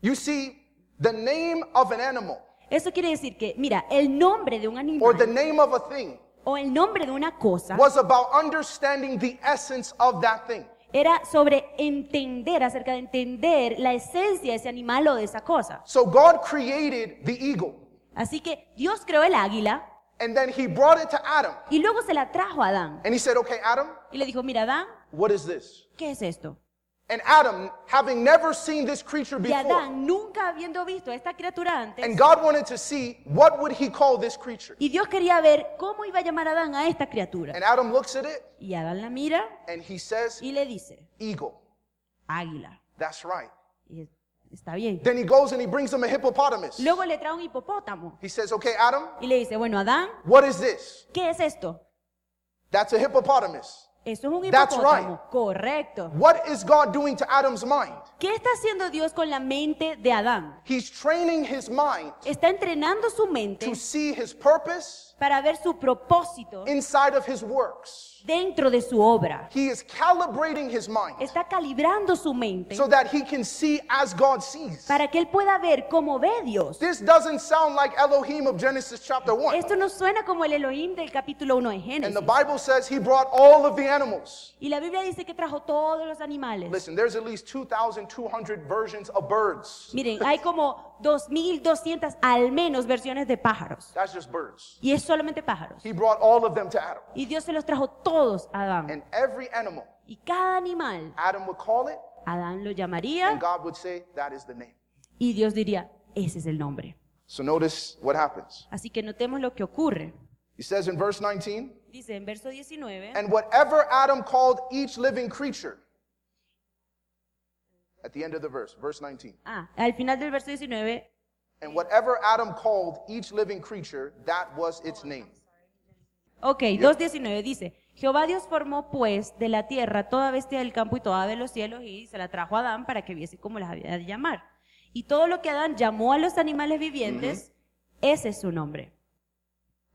Speaker 1: You see, the name of an animal
Speaker 2: Eso quiere decir que, mira, el nombre de un
Speaker 1: or the
Speaker 2: animal
Speaker 1: name of a thing
Speaker 2: o el nombre de una cosa
Speaker 1: was about understanding the essence of that thing.
Speaker 2: era sobre entender, acerca de entender la esencia de ese animal o de esa cosa.
Speaker 1: So God created the eagle,
Speaker 2: Así que Dios creó el águila
Speaker 1: and then he brought it to Adam,
Speaker 2: y luego se la trajo a Adán
Speaker 1: and he said, Okay, Adam,
Speaker 2: y le dijo, mira, Adán,
Speaker 1: what is this?
Speaker 2: ¿qué es esto?
Speaker 1: And Adam, having never seen this creature
Speaker 2: Y
Speaker 1: before,
Speaker 2: Adán, nunca habiendo visto a esta criatura
Speaker 1: and
Speaker 2: antes,
Speaker 1: God wanted to see what would he call this creature.
Speaker 2: y Dios quería ver cómo iba a llamar a Adán a esta criatura.
Speaker 1: And Adam looks at it
Speaker 2: Y Adán la mira
Speaker 1: and he says,
Speaker 2: y le dice,
Speaker 1: Eagle.
Speaker 2: águila.
Speaker 1: That's right.
Speaker 2: Y es- está bien.
Speaker 1: Then he goes and he brings him a hippopotamus.
Speaker 2: Luego le trae un hipopótamo
Speaker 1: He says, Okay, Adam,
Speaker 2: y le dice, bueno, Adán,
Speaker 1: what is this?
Speaker 2: ¿qué es esto?
Speaker 1: That's a hippopotamus.
Speaker 2: Eso es un
Speaker 1: That's
Speaker 2: hipopótamo. Correcto.
Speaker 1: What is God doing to Adam's mind?
Speaker 2: ¿Qué está haciendo Dios con la mente de Adán?
Speaker 1: He's training his mind
Speaker 2: Está entrenando su mente
Speaker 1: to see his purpose
Speaker 2: para ver su propósito
Speaker 1: inside of his works.
Speaker 2: dentro de su obra.
Speaker 1: He is calibrating his mind
Speaker 2: Está calibrando su mente
Speaker 1: so that he can see as God sees.
Speaker 2: para que él pueda ver cómo ve Dios.
Speaker 1: This doesn't sound like Elohim of Genesis chapter 1.
Speaker 2: Esto no suena como el Elohim del capítulo 1 de
Speaker 1: And the
Speaker 2: Génesis.
Speaker 1: Bible says he brought all of the animals.
Speaker 2: Y la Biblia dice que trajo todos los animales.
Speaker 1: Listen, there's at least 2,200 versions of birds.
Speaker 2: Miren, hay como 2.200 al menos versiones de pájaros.
Speaker 1: That's just birds.
Speaker 2: Y es solamente pájaros.
Speaker 1: He brought all of them to Adam.
Speaker 2: Y Dios se los trajo todos a Adán.
Speaker 1: And every animal,
Speaker 2: Y cada animal,
Speaker 1: Adam would call it,
Speaker 2: Adán lo
Speaker 1: and
Speaker 2: llamaría
Speaker 1: God would say, That is the name.
Speaker 2: y Dios diría, ese es el nombre.
Speaker 1: So notice what happens.
Speaker 2: Así que notemos lo que ocurre.
Speaker 1: He says in verse 19,
Speaker 2: Dice en verso 19,
Speaker 1: And whatever Adam called each living creature, at the end of the verse, verse 19,
Speaker 2: ah, al final del verso 19,
Speaker 1: and whatever Adam called each living creature, that was its name.
Speaker 2: ok, 2.19 dice, Jehová Dios formó pues de la tierra toda bestia del campo y toda ave de los cielos y se la trajo a Adán para que viese cómo las había de llamar. Y todo lo que Adán llamó a los animales vivientes, ese es su nombre.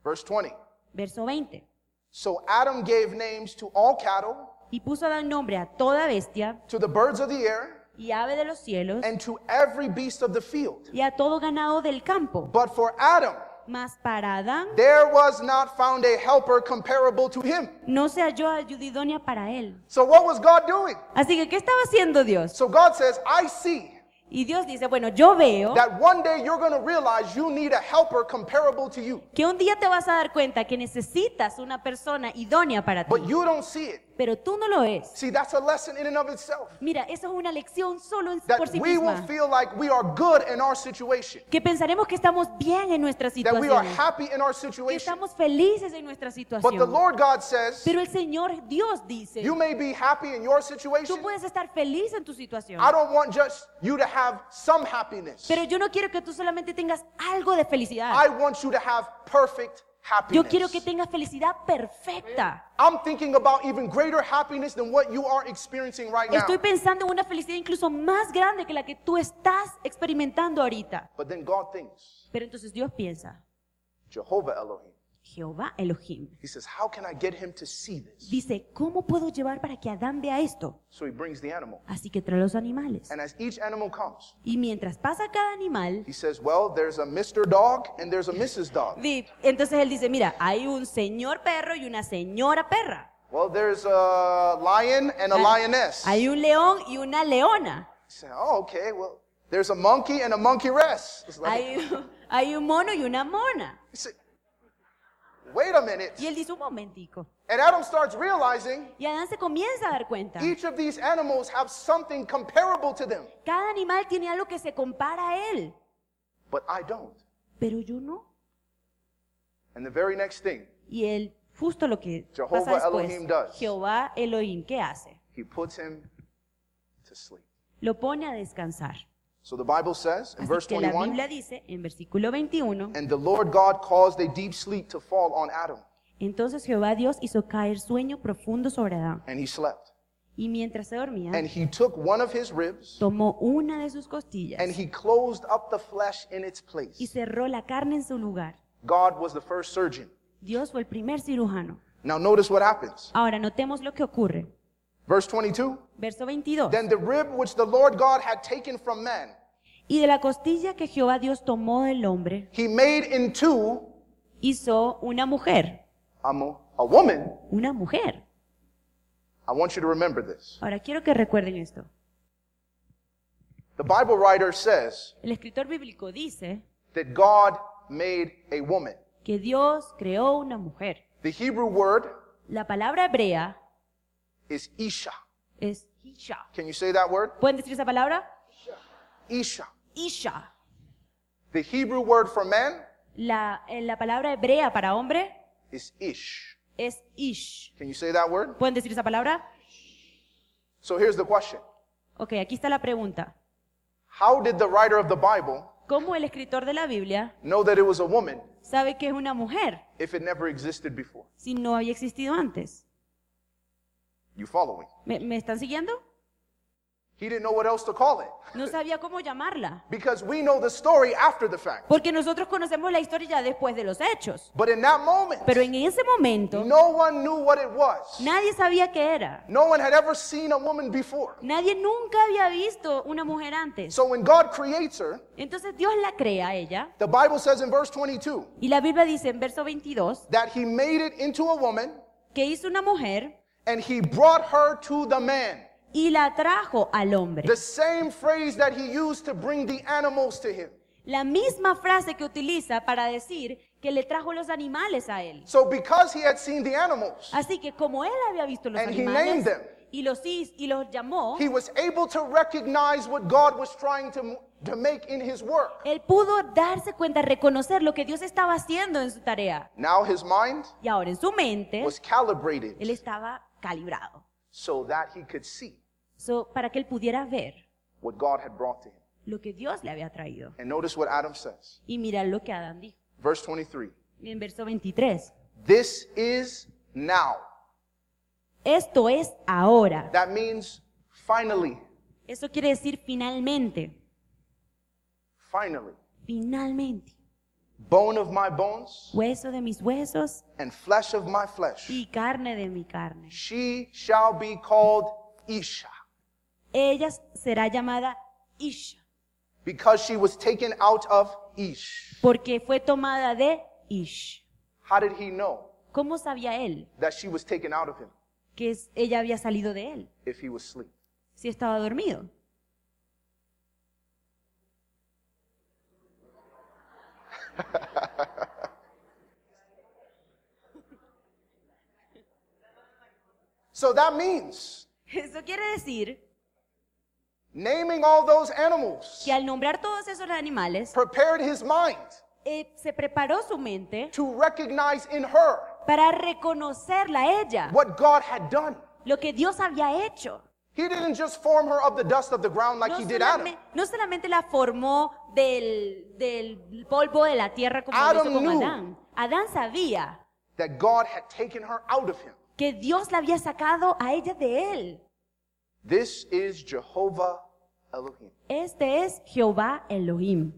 Speaker 1: Verse 20,
Speaker 2: Verso 20,
Speaker 1: So Adam gave names to all cattle,
Speaker 2: y puso Adán nombre a toda bestia
Speaker 1: to the birds of the air,
Speaker 2: y ave de los cielos
Speaker 1: and to every beast of the field.
Speaker 2: y a todo ganado del campo.
Speaker 1: But for Adam,
Speaker 2: Mas para Adán
Speaker 1: there was not found a helper comparable to him.
Speaker 2: no se halló ayuda idónea para él.
Speaker 1: So what was God doing?
Speaker 2: Así que, ¿qué estaba haciendo Dios?
Speaker 1: So God says, I see
Speaker 2: Y Dios dice, bueno, yo veo
Speaker 1: that one day you're going to realize you need a helper comparable to you,
Speaker 2: que un día te vas a dar cuenta que necesitas una persona idónea para ti,
Speaker 1: but you don't see it.
Speaker 2: pero tú no lo es.
Speaker 1: See, that's a lesson in and of itself.
Speaker 2: Mira, eso es una lección solo en,
Speaker 1: That
Speaker 2: por sí
Speaker 1: we will
Speaker 2: misma.
Speaker 1: feel like we are good in our situation,
Speaker 2: Que pensaremos que estamos bien en nuestra
Speaker 1: that we are
Speaker 2: situación,
Speaker 1: happy in our
Speaker 2: que
Speaker 1: situation.
Speaker 2: estamos felices en nuestra
Speaker 1: But the
Speaker 2: situación.
Speaker 1: Lord God says,
Speaker 2: Pero el Señor Dios dice,
Speaker 1: you may be happy in your
Speaker 2: tú
Speaker 1: situation.
Speaker 2: puedes estar feliz en tu situación,
Speaker 1: I don't want just you to have some happiness.
Speaker 2: pero yo no quiero que tú solamente tengas algo de felicidad.
Speaker 1: I want you to have perfect
Speaker 2: Yo quiero que
Speaker 1: happiness.
Speaker 2: tengas felicidad perfecta.
Speaker 1: I'm thinking about even greater happiness than what you are experiencing right now.
Speaker 2: Estoy pensando en una felicidad incluso más grande que la que tú estás experimentando ahorita.
Speaker 1: But then God thinks,
Speaker 2: Pero entonces Dios piensa,
Speaker 1: Jehovah Elohim.
Speaker 2: Jehová Elohim.
Speaker 1: He says, How can I get him to see this?
Speaker 2: Dice, ¿cómo puedo llevar para que Adán vea esto?
Speaker 1: So he brings the animal.
Speaker 2: Así que trae los animales.
Speaker 1: And as each animal comes,
Speaker 2: Y mientras pasa cada animal,
Speaker 1: he says, Well, there's a Mr. Dog and there's a Mrs. Dog.
Speaker 2: di- entonces él dice, mira, hay un señor perro y una señora perra.
Speaker 1: Well, there's a lion and a lioness.
Speaker 2: Hay
Speaker 1: He
Speaker 2: un león y una leona.
Speaker 1: said, Oh, okay. Well, there's a monkey and a monkey rest. It's like,
Speaker 2: Hay, hay un mono y una mona.
Speaker 1: he said, Wait a minute.
Speaker 2: Y él dice, un momentico.
Speaker 1: And Adam starts realizing
Speaker 2: Y Adán se comienza a dar cuenta.
Speaker 1: each of these animals have something comparable to them,
Speaker 2: Cada animal tiene algo que se compara a él.
Speaker 1: but I don't.
Speaker 2: pero yo no.
Speaker 1: And the very next thing,
Speaker 2: Y él, justo lo que
Speaker 1: Jehová
Speaker 2: pasa después,
Speaker 1: Elohim does.
Speaker 2: Jehová Elohim, ¿qué hace?
Speaker 1: he puts him to sleep.
Speaker 2: Lo pone a descansar.
Speaker 1: So the Bible says in
Speaker 2: Así
Speaker 1: verse
Speaker 2: que la
Speaker 1: 21
Speaker 2: Biblia dice, en versículo 21,
Speaker 1: And the Lord God caused a deep sleep to fall on Adam,
Speaker 2: entonces Jehová Dios hizo caer sueño profundo sobre Adán,
Speaker 1: and he slept.
Speaker 2: Y mientras se dormía,
Speaker 1: And he took one of his ribs
Speaker 2: tomó una de sus
Speaker 1: and
Speaker 2: costillas
Speaker 1: he closed up the flesh in its
Speaker 2: y
Speaker 1: place.
Speaker 2: cerró la carne en su lugar.
Speaker 1: God was the first surgeon.
Speaker 2: Dios fue el primer cirujano.
Speaker 1: Now notice what happens.
Speaker 2: Ahora notemos lo que ocurre.
Speaker 1: Verse 22.
Speaker 2: Verso 22.
Speaker 1: Then the rib which the Lord God had taken from man,
Speaker 2: Y de la costilla que Jehová Dios tomó del hombre,
Speaker 1: he made into
Speaker 2: hizo una mujer.
Speaker 1: a, mo- a woman.
Speaker 2: Una mujer.
Speaker 1: I want you to remember this.
Speaker 2: Ahora quiero que recuerden esto.
Speaker 1: The Bible writer says
Speaker 2: El escritor bíblico dice
Speaker 1: that God made a woman.
Speaker 2: que Dios creó una mujer.
Speaker 1: The Hebrew word
Speaker 2: La palabra hebrea
Speaker 1: is Isha.
Speaker 2: es Isha.
Speaker 1: Can you say that word?
Speaker 2: ¿Pueden decir esa palabra?
Speaker 1: Isha.
Speaker 2: Isha.
Speaker 1: The Hebrew word for man
Speaker 2: La, eh, la palabra hebrea para hombre
Speaker 1: is Ish.
Speaker 2: es Ish.
Speaker 1: Can you say that word?
Speaker 2: ¿Pueden decir esa palabra?
Speaker 1: So here's the question
Speaker 2: Ok, aquí está la pregunta.
Speaker 1: How did the writer of the Bible
Speaker 2: ¿Cómo el escritor de la Biblia
Speaker 1: know that it was a woman
Speaker 2: sabe que es una mujer
Speaker 1: if it never existed before?
Speaker 2: si no había existido antes?
Speaker 1: You following?
Speaker 2: ¿Me, me están siguiendo?
Speaker 1: He didn't know what else to call it
Speaker 2: No sabía cómo llamarla.
Speaker 1: because we know the story after the fact.
Speaker 2: Porque nosotros conocemos la historia ya después de los hechos.
Speaker 1: But in that moment,
Speaker 2: Pero en ese momento
Speaker 1: no one knew what it was.
Speaker 2: nadie sabía qué era.
Speaker 1: No one had ever seen a woman before.
Speaker 2: Nadie nunca había visto una mujer antes.
Speaker 1: So when God creates her,
Speaker 2: Entonces Dios la crea a ella.
Speaker 1: the Bible says in verse 22
Speaker 2: Y la Biblia dice en verso 22
Speaker 1: that he made it into a woman
Speaker 2: que hizo una mujer
Speaker 1: and he brought her to the man.
Speaker 2: y la trajo al hombre.
Speaker 1: The same phrase that he used to bring the animals to him.
Speaker 2: La misma frase que utiliza para decir que le trajo los animales a él.
Speaker 1: So because he had seen the animals,
Speaker 2: Así que como él había visto los
Speaker 1: And he named
Speaker 2: animales
Speaker 1: them.
Speaker 2: y los, his- y los llamó,
Speaker 1: he was able to recognize what God was trying to, to make in his work.
Speaker 2: él pudo darse cuenta, reconocer lo que Dios estaba haciendo en su tarea.
Speaker 1: Now his mind
Speaker 2: Y ahora en su mente,
Speaker 1: was calibrated
Speaker 2: él estaba calibrado.
Speaker 1: so that he could see
Speaker 2: So, para que él pudiera ver
Speaker 1: what God had brought to him.
Speaker 2: lo que Dios le había traído.
Speaker 1: And notice what Adam says.
Speaker 2: Y mira lo que Adán dijo.
Speaker 1: Verse 23.
Speaker 2: En verso 23.
Speaker 1: This is now.
Speaker 2: Esto es ahora.
Speaker 1: That means finally.
Speaker 2: Eso quiere decir finalmente.
Speaker 1: Finally.
Speaker 2: Finalmente.
Speaker 1: Bone of my bones
Speaker 2: Hueso de mis huesos
Speaker 1: and flesh of my flesh.
Speaker 2: y carne de mi carne.
Speaker 1: She shall be called Isha
Speaker 2: Ella será llamada Isha,
Speaker 1: because she was taken out of Ish.
Speaker 2: porque fue tomada de Ish.
Speaker 1: How did he know
Speaker 2: ¿Cómo sabía él
Speaker 1: that she was taken out of him
Speaker 2: que es- ella había salido de él
Speaker 1: if he was asleep?
Speaker 2: si estaba dormido?
Speaker 1: So that means
Speaker 2: Eso quiere decir
Speaker 1: naming all those animals
Speaker 2: que al nombrar todos esos animales,
Speaker 1: prepared his mind
Speaker 2: eh, se preparó su mente
Speaker 1: to recognize in her
Speaker 2: para reconocerla a ella,
Speaker 1: what God had done.
Speaker 2: lo que Dios había hecho.
Speaker 1: He didn't just form her of the dust of the ground like
Speaker 2: No,
Speaker 1: he did
Speaker 2: solame-
Speaker 1: Adam.
Speaker 2: no solamente la formó del, del polvo de la tierra como lo
Speaker 1: Adam
Speaker 2: hizo con
Speaker 1: knew.
Speaker 2: Adán. Adán sabía
Speaker 1: That God had taken her out of him.
Speaker 2: que Dios la había sacado a ella de él.
Speaker 1: This is Jehovah Elohim.
Speaker 2: Este es Jehová Elohim.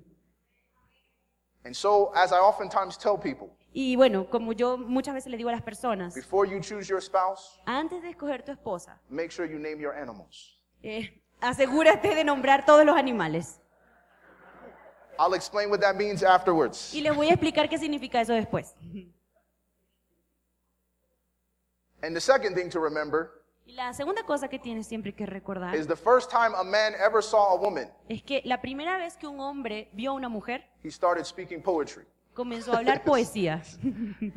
Speaker 1: And so, as I oftentimes tell people,
Speaker 2: Y bueno, como yo muchas veces le digo a las personas,
Speaker 1: before you choose your spouse,
Speaker 2: antes de escoger tu esposa,
Speaker 1: make sure you name your animals.
Speaker 2: eh, asegúrate de nombrar todos los animales.
Speaker 1: I'll explain what that means afterwards.
Speaker 2: Y les voy a explicar qué significa eso después.
Speaker 1: And the second thing to remember
Speaker 2: Y la segunda cosa que tienes siempre que recordar
Speaker 1: is the first time a man ever saw a woman,
Speaker 2: es que la primera vez que un hombre vio a una mujer,
Speaker 1: he started speaking poetry.
Speaker 2: comenzó a hablar poesía.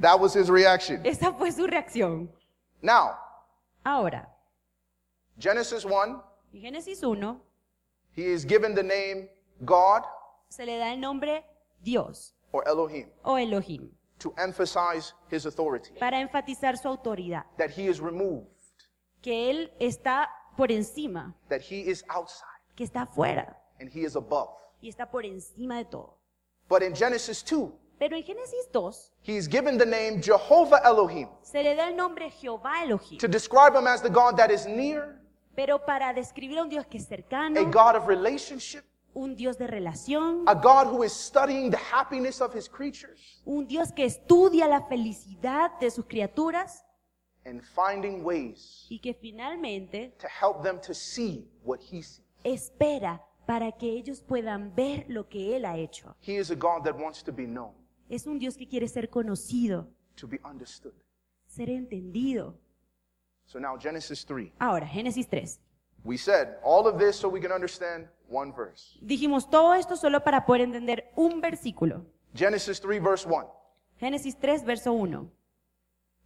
Speaker 1: That was his reaction.
Speaker 2: Esa fue su reacción.
Speaker 1: Now,
Speaker 2: Ahora,
Speaker 1: Genesis 1,
Speaker 2: en Génesis 1
Speaker 1: he is given the name God
Speaker 2: se le da el nombre Dios
Speaker 1: or Elohim
Speaker 2: o Elohim.
Speaker 1: to emphasize his authority,
Speaker 2: para enfatizar su autoridad,
Speaker 1: that he is removed,
Speaker 2: que él está por encima,
Speaker 1: that he is outside,
Speaker 2: que está afuera
Speaker 1: and he is above.
Speaker 2: y está por encima de todo.
Speaker 1: But in Genesis 2,
Speaker 2: Pero en Génesis 2
Speaker 1: he is given the name Jehovah Elohim
Speaker 2: se le da el nombre Jehová Elohim
Speaker 1: to describe him as the God that is near
Speaker 2: Pero para describir a un Dios que es cercano,
Speaker 1: a God of relationship,
Speaker 2: un Dios de relación,
Speaker 1: a God who is studying the happiness of his creatures
Speaker 2: un Dios que estudia la felicidad de sus criaturas
Speaker 1: and finding ways
Speaker 2: y que finalmente
Speaker 1: to help them to see what he sees.
Speaker 2: espera para que ellos puedan ver lo que Él ha hecho.
Speaker 1: He is a God that wants to be known,
Speaker 2: Es un Dios que quiere ser conocido,
Speaker 1: to be understood.
Speaker 2: ser entendido.
Speaker 1: So now, Genesis 3.
Speaker 2: Ahora, Génesis 3.
Speaker 1: We said all of this so we can understand one verse.
Speaker 2: Dijimos todo esto solo para poder entender un versículo.
Speaker 1: Genesis 3, verse 1.
Speaker 2: Génesis 3, verso 1.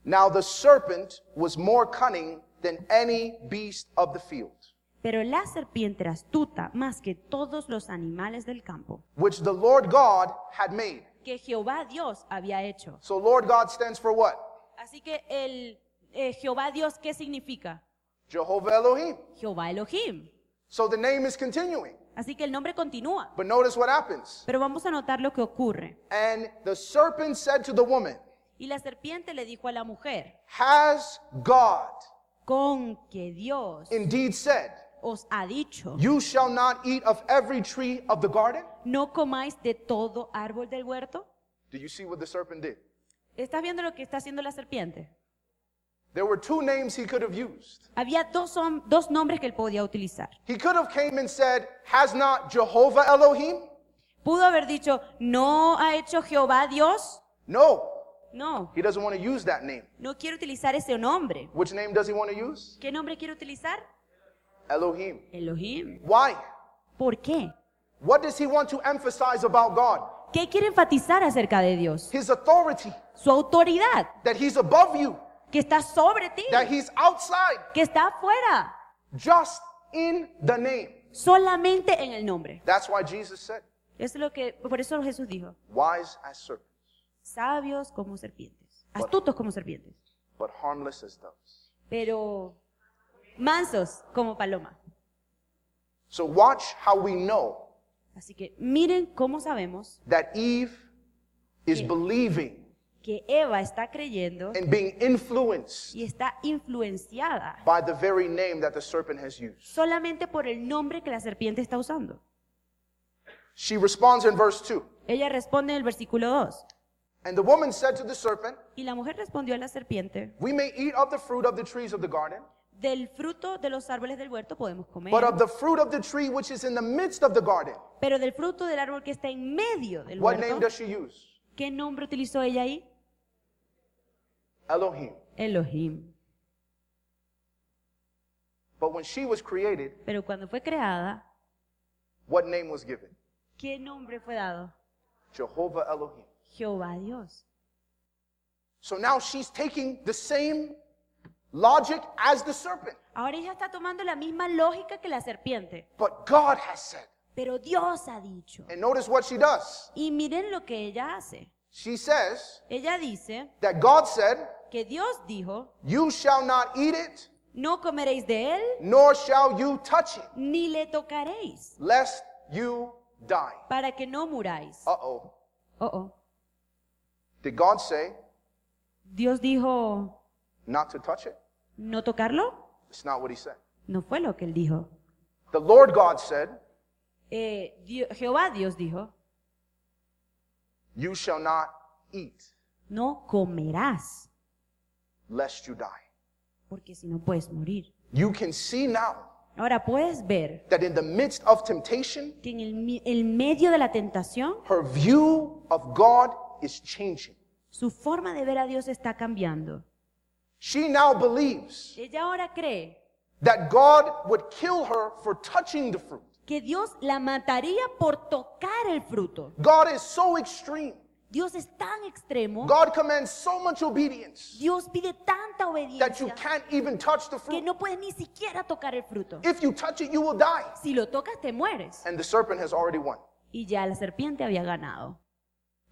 Speaker 1: Now the serpent was more cunning than any beast of the field,
Speaker 2: Pero la serpiente era astuta más que todos los animales del campo
Speaker 1: which the Lord God had made.
Speaker 2: que Jehová Dios había hecho.
Speaker 1: So, Lord God stands for what?
Speaker 2: Así que el eh, Jehová Dios, ¿qué significa?
Speaker 1: Jehovah Elohim.
Speaker 2: Jehová Elohim.
Speaker 1: So the name is continuing.
Speaker 2: Así que el nombre continúa.
Speaker 1: But notice what happens.
Speaker 2: Pero vamos a notar lo que ocurre.
Speaker 1: And the serpent said to the woman,
Speaker 2: Y la serpiente le dijo a la mujer,
Speaker 1: Has God
Speaker 2: con que Dios
Speaker 1: indeed said,
Speaker 2: os ha dicho,
Speaker 1: You shall not eat of every tree of the garden?
Speaker 2: no comáis de todo árbol del huerto.
Speaker 1: Do you see what the serpent did?
Speaker 2: ¿Estás viendo lo que está haciendo la serpiente?
Speaker 1: There were two names he could have used.
Speaker 2: Había dos, hom- dos nombres que él podía utilizar.
Speaker 1: He could have came and said, Has not Jehovah Elohim?
Speaker 2: Pudo haber dicho, ¿no ha hecho Jehová Dios?
Speaker 1: No,
Speaker 2: No,
Speaker 1: he doesn't want to use that name.
Speaker 2: no quiero utilizar ese nombre.
Speaker 1: Which name does he want to use?
Speaker 2: ¿Qué nombre quiero utilizar?
Speaker 1: Elohim.
Speaker 2: Elohim.
Speaker 1: Why?
Speaker 2: ¿Por qué?
Speaker 1: What does he want to emphasize about God?
Speaker 2: ¿Qué quiere enfatizar acerca de Dios?
Speaker 1: His authority,
Speaker 2: Su autoridad,
Speaker 1: that he's above you,
Speaker 2: que está sobre ti,
Speaker 1: that he's outside,
Speaker 2: que está afuera,
Speaker 1: just in the name.
Speaker 2: solamente en el nombre.
Speaker 1: That's why Jesus said,
Speaker 2: Eso es lo que, por eso Jesús dijo,
Speaker 1: Wise as serpents,
Speaker 2: sabios como serpientes, astutos como serpientes,
Speaker 1: but harmless as doves.
Speaker 2: pero mansos como paloma.
Speaker 1: So watch how we know
Speaker 2: Así que miren cómo sabemos
Speaker 1: that Eve is believing
Speaker 2: que Eva está creyendo
Speaker 1: and being influenced
Speaker 2: y está influenciada
Speaker 1: by the very name that the serpent has used.
Speaker 2: solamente por el nombre que la serpiente está usando.
Speaker 1: She responds in verse 2.
Speaker 2: Ella responde en el versículo 2.
Speaker 1: And the woman said to the serpent,
Speaker 2: Y la mujer respondió a la serpiente,
Speaker 1: We may eat of the fruit of the trees of the garden,
Speaker 2: del fruto de los árboles del huerto podemos comer,
Speaker 1: but of the fruit of the tree which is in the midst of the garden.
Speaker 2: pero del fruto del árbol que está en medio del
Speaker 1: What name
Speaker 2: huerto,
Speaker 1: does she use?
Speaker 2: ¿qué nombre utilizó ella ahí?
Speaker 1: Elohim.
Speaker 2: Elohim.
Speaker 1: But when she was created,
Speaker 2: Pero cuando fue creada,
Speaker 1: what name was given?
Speaker 2: ¿qué nombre fue dado?
Speaker 1: Jehovah Elohim.
Speaker 2: Jehová Dios.
Speaker 1: So now she's taking the same logic as the serpent.
Speaker 2: Ahora ella está tomando la misma lógica que la serpiente,
Speaker 1: But God has said.
Speaker 2: pero Dios ha dicho.
Speaker 1: And notice what she does.
Speaker 2: Y miren lo que ella hace.
Speaker 1: She says
Speaker 2: Ella dice
Speaker 1: that God said,
Speaker 2: que Dios dijo,
Speaker 1: You shall not eat it,
Speaker 2: no comeréis de él,
Speaker 1: nor shall you touch it,
Speaker 2: ni le tocaréis,
Speaker 1: lest you die.
Speaker 2: para que no muráis.
Speaker 1: Uh oh.
Speaker 2: Oh, oh.
Speaker 1: Did God say
Speaker 2: Dios dijo,
Speaker 1: not to touch it?
Speaker 2: ¿no tocarlo?
Speaker 1: It's not what he said.
Speaker 2: No fue lo que él dijo.
Speaker 1: The Lord God said,
Speaker 2: Eh, Dio- Jehová Dios dijo,
Speaker 1: You shall not eat,
Speaker 2: no comerás,
Speaker 1: lest you die.
Speaker 2: porque si no puedes morir.
Speaker 1: You can see now
Speaker 2: Ahora puedes ver
Speaker 1: that in the midst of temptation,
Speaker 2: que en el, mi- el medio de la tentación,
Speaker 1: her view of God is changing.
Speaker 2: su forma de ver a Dios está cambiando.
Speaker 1: She now believes
Speaker 2: Ella ahora cree
Speaker 1: that God would kill her for touching the fruit.
Speaker 2: que Dios la mataría por tocar el fruto.
Speaker 1: God is so extreme.
Speaker 2: Dios es tan extremo,
Speaker 1: God commands so much obedience
Speaker 2: Dios pide tanta
Speaker 1: that you
Speaker 2: obediencia
Speaker 1: can't even touch the
Speaker 2: que
Speaker 1: fruit.
Speaker 2: no puedes ni siquiera tocar el fruto.
Speaker 1: If you touch it, you will die.
Speaker 2: Si lo tocas te mueres.
Speaker 1: And the serpent has already won.
Speaker 2: Y ya la serpiente había ganado.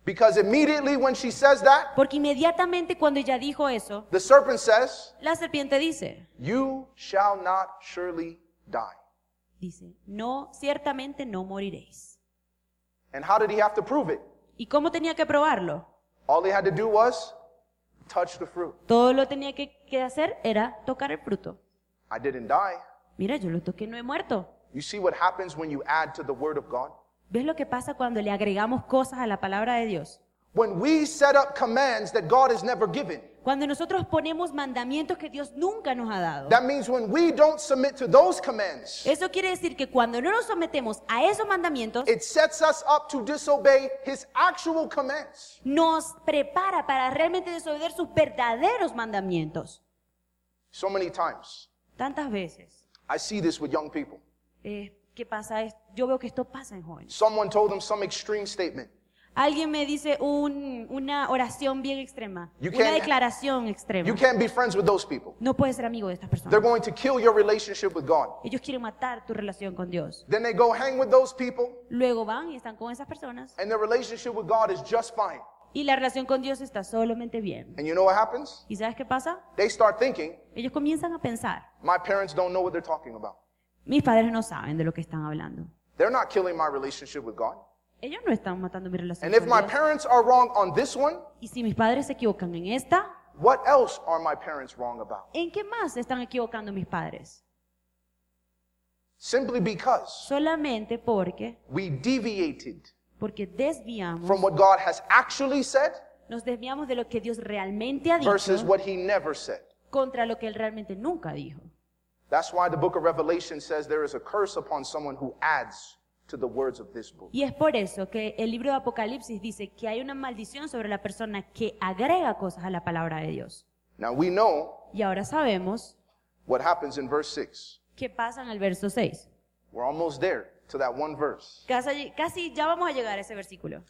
Speaker 1: Because immediately when she says that,
Speaker 2: Porque inmediatamente cuando ella dijo eso,
Speaker 1: the serpent says,
Speaker 2: la serpiente dice,
Speaker 1: You shall not surely die.
Speaker 2: dice, no, ciertamente no moriréis.
Speaker 1: And how did he have to prove it?
Speaker 2: ¿Y cómo tenía que probarlo?
Speaker 1: All he had to do was touch the fruit.
Speaker 2: Todo lo tenía que, que hacer era tocar el fruto.
Speaker 1: I didn't die.
Speaker 2: Mira, yo lo toqué, no he muerto.
Speaker 1: You see what happens when you add to the Word of God?
Speaker 2: ¿Ves lo que pasa cuando le agregamos cosas a la palabra de Dios?
Speaker 1: When we set up commands that God has never given,
Speaker 2: Cuando nosotros ponemos mandamientos que Dios nunca nos ha dado.
Speaker 1: that means when we don't submit to those commands,
Speaker 2: Eso quiere decir que cuando no nos sometemos a esos mandamientos,
Speaker 1: it sets us up to disobey His actual commands.
Speaker 2: nos prepara para realmente desobedecer sus verdaderos mandamientos.
Speaker 1: So many times,
Speaker 2: Tantas veces.
Speaker 1: I see this with young people.
Speaker 2: eh, ¿Qué pasa? Es- Yo veo que esto pasa en jóvenes.
Speaker 1: Someone told them some extreme statement.
Speaker 2: Alguien me dice un- una oración bien extrema,
Speaker 1: You
Speaker 2: una
Speaker 1: can't-
Speaker 2: declaración
Speaker 1: You
Speaker 2: extrema.
Speaker 1: can't be friends with those people.
Speaker 2: No puedes ser amigo de estas
Speaker 1: They're
Speaker 2: personas.
Speaker 1: going to kill your relationship with God.
Speaker 2: Ellos quieren matar tu relación con Dios.
Speaker 1: Then they go hang with those people,
Speaker 2: Luego van y están con esas personas
Speaker 1: and their relationship with God is just fine.
Speaker 2: y la relación con Dios está solamente bien.
Speaker 1: And you know what happens?
Speaker 2: ¿Y sabes qué pasa?
Speaker 1: They start thinking,
Speaker 2: Ellos comienzan a pensar,
Speaker 1: my parents don't know what they're talking about.
Speaker 2: mis padres no saben de lo que están hablando.
Speaker 1: They're not killing my relationship with God.
Speaker 2: Ellos no están matando mi relación
Speaker 1: And
Speaker 2: con
Speaker 1: if my
Speaker 2: Dios.
Speaker 1: parents are wrong on this one,
Speaker 2: Y si mis padres se equivocan en esta,
Speaker 1: what else are my parents wrong about?
Speaker 2: ¿en qué más se están equivocando mis padres?
Speaker 1: Simply because
Speaker 2: Solamente porque,
Speaker 1: we deviated
Speaker 2: porque desviamos,
Speaker 1: from what God has actually said
Speaker 2: nos desviamos de lo que Dios realmente ha
Speaker 1: versus
Speaker 2: dicho
Speaker 1: what He never said.
Speaker 2: contra lo que Él realmente nunca dijo.
Speaker 1: That's why the book of Revelation says there is a curse upon someone who adds to the words of this book.
Speaker 2: Y es por eso que el libro de Apocalipsis dice que hay una maldición sobre la persona que agrega cosas a la palabra de Dios.
Speaker 1: Now we know
Speaker 2: Y ahora sabemos
Speaker 1: what happens in verse 6.
Speaker 2: qué pasa en el verso 6.
Speaker 1: We're almost there to that one verse.
Speaker 2: Casi, casi ya vamos a llegar a ese versículo.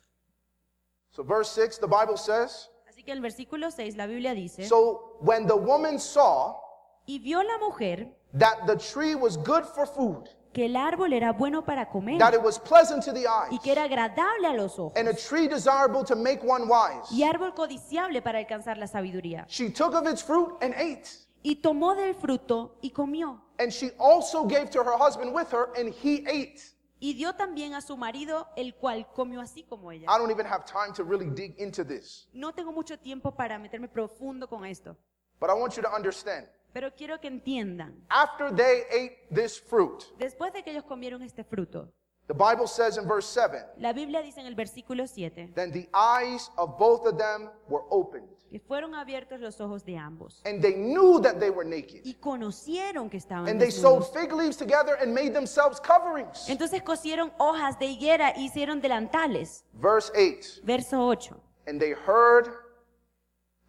Speaker 1: So, verse 6, the Bible says
Speaker 2: Así que el versículo 6, la Biblia dice,
Speaker 1: So when the woman saw
Speaker 2: y vio la mujer
Speaker 1: that the tree was good for food,
Speaker 2: que el árbol era bueno para comer
Speaker 1: that it was pleasant to the eyes,
Speaker 2: y que era agradable a los ojos
Speaker 1: and a tree desirable to make one wise,
Speaker 2: y árbol codiciable para alcanzar la sabiduría.
Speaker 1: she took of its fruit and ate.
Speaker 2: Y tomó del fruto y comió.
Speaker 1: And she also gave to her husband with her, and he ate.
Speaker 2: Y dio también a su marido, el cual comió así como ella.
Speaker 1: I don't even have time to really dig into this,
Speaker 2: No tengo mucho tiempo para meterme profundo con esto,
Speaker 1: but I want you to understand.
Speaker 2: pero quiero que entiendan.
Speaker 1: After they ate this fruit,
Speaker 2: Después de que ellos comieron este fruto,
Speaker 1: the Bible says in verse 7
Speaker 2: la Biblia dice en el versículo 7
Speaker 1: then the eyes of both of them were opened,
Speaker 2: que fueron abiertos los ojos de ambos
Speaker 1: and they knew that they were naked.
Speaker 2: y conocieron que estaban
Speaker 1: And they sewed
Speaker 2: desnudos.
Speaker 1: fig leaves together and made themselves coverings.
Speaker 2: Entonces cosieron hojas de higuera e hicieron delantales.
Speaker 1: Verse 8.
Speaker 2: Verso 8.
Speaker 1: And they heard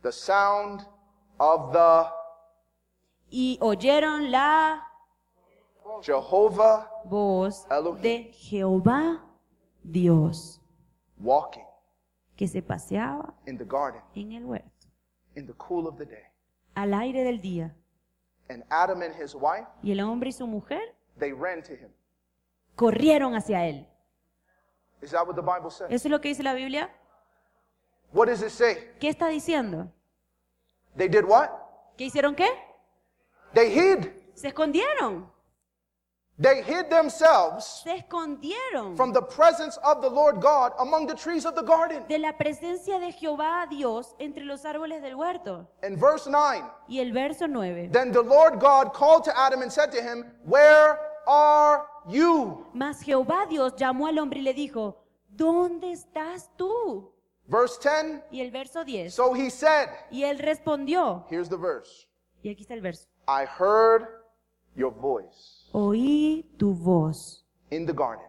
Speaker 1: the sound of the
Speaker 2: Y oyeron la
Speaker 1: Jehovah
Speaker 2: voz
Speaker 1: Elohim.
Speaker 2: de Jehová Dios,
Speaker 1: walking
Speaker 2: que se paseaba
Speaker 1: in the garden
Speaker 2: en el huerto,
Speaker 1: in the cool of the day.
Speaker 2: al aire del día.
Speaker 1: And Adam and his wife,
Speaker 2: Y el hombre y su mujer
Speaker 1: they ran to him.
Speaker 2: corrieron hacia él.
Speaker 1: Is that what the Bible says?
Speaker 2: ¿Eso es lo que dice la Biblia?
Speaker 1: What does it say?
Speaker 2: ¿Qué está diciendo?
Speaker 1: They did what?
Speaker 2: ¿Qué hicieron qué?
Speaker 1: They hid.
Speaker 2: Se escondieron.
Speaker 1: They hid themselves
Speaker 2: Se escondieron
Speaker 1: from the presence of the Lord God among the trees of the garden.
Speaker 2: de la presencia de Jehová Dios entre los árboles del huerto.
Speaker 1: And verse 9.
Speaker 2: Y el verso 9.
Speaker 1: Then the Lord God called to Adam and said to him, Where are you?
Speaker 2: Mas Jehová Dios llamó al hombre y le dijo, ¿dónde estás tú?
Speaker 1: Verse 10.
Speaker 2: Y el verso 10.
Speaker 1: So he said,
Speaker 2: Y él respondió,
Speaker 1: Here's the verse
Speaker 2: y aquí está el verso,
Speaker 1: I heard your voice
Speaker 2: oí tu voz
Speaker 1: in the garden,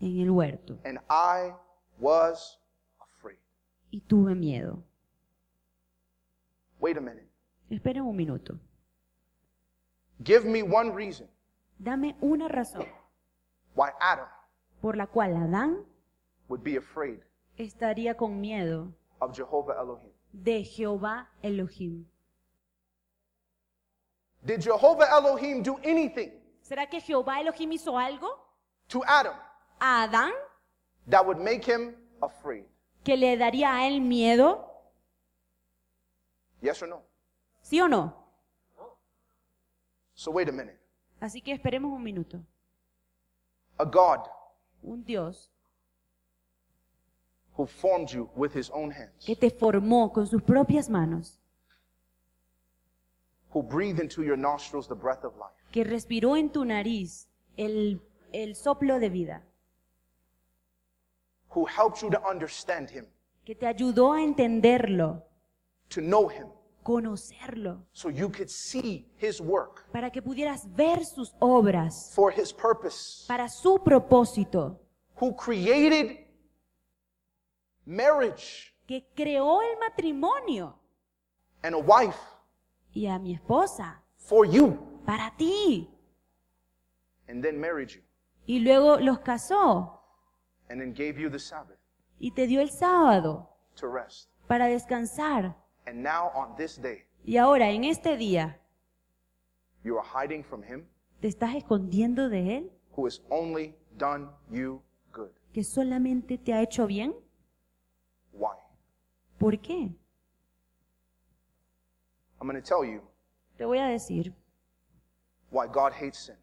Speaker 2: en el huerto
Speaker 1: and I was afraid.
Speaker 2: y tuve miedo.
Speaker 1: Wait a minute.
Speaker 2: Esperen un minuto.
Speaker 1: Give me one reason
Speaker 2: Dame una razón
Speaker 1: why Adam
Speaker 2: por la cual Adán
Speaker 1: would be afraid
Speaker 2: estaría con miedo
Speaker 1: of Jehovah Elohim.
Speaker 2: de Jehová Elohim.
Speaker 1: Did Jehovah Elohim do anything
Speaker 2: ¿Será que Jehová Elohim hizo algo
Speaker 1: to Adam
Speaker 2: a Adán
Speaker 1: that would make him afraid?
Speaker 2: que le daría a él miedo?
Speaker 1: Yes or no?
Speaker 2: ¿Sí o no?
Speaker 1: So wait a minute.
Speaker 2: Así que esperemos un minuto.
Speaker 1: A God
Speaker 2: Un Dios
Speaker 1: who formed you with his own hands,
Speaker 2: que te formó con sus propias manos,
Speaker 1: who breathed into your nostrils the breath of life.
Speaker 2: que respiró en tu nariz el, el soplo de vida,
Speaker 1: who helped you to understand him,
Speaker 2: que te ayudó a entenderlo,
Speaker 1: to know him,
Speaker 2: conocerlo,
Speaker 1: so you could see his work
Speaker 2: para que pudieras ver sus obras,
Speaker 1: for his purpose,
Speaker 2: para su propósito,
Speaker 1: who created marriage
Speaker 2: que creó el matrimonio
Speaker 1: and a wife
Speaker 2: y a mi esposa,
Speaker 1: for you,
Speaker 2: para ti,
Speaker 1: and then married you,
Speaker 2: y luego los casó
Speaker 1: and then gave you the Sabbath
Speaker 2: y te dio el sábado
Speaker 1: to rest.
Speaker 2: para descansar.
Speaker 1: And now on this day,
Speaker 2: Y ahora, en este día,
Speaker 1: you are hiding from him
Speaker 2: ¿te estás escondiendo de Él?
Speaker 1: who has only done you good.
Speaker 2: ¿Que solamente te ha hecho bien?
Speaker 1: Why?
Speaker 2: ¿Por qué?
Speaker 1: I'm going to tell you
Speaker 2: Te voy a decir,
Speaker 1: why God hates sin.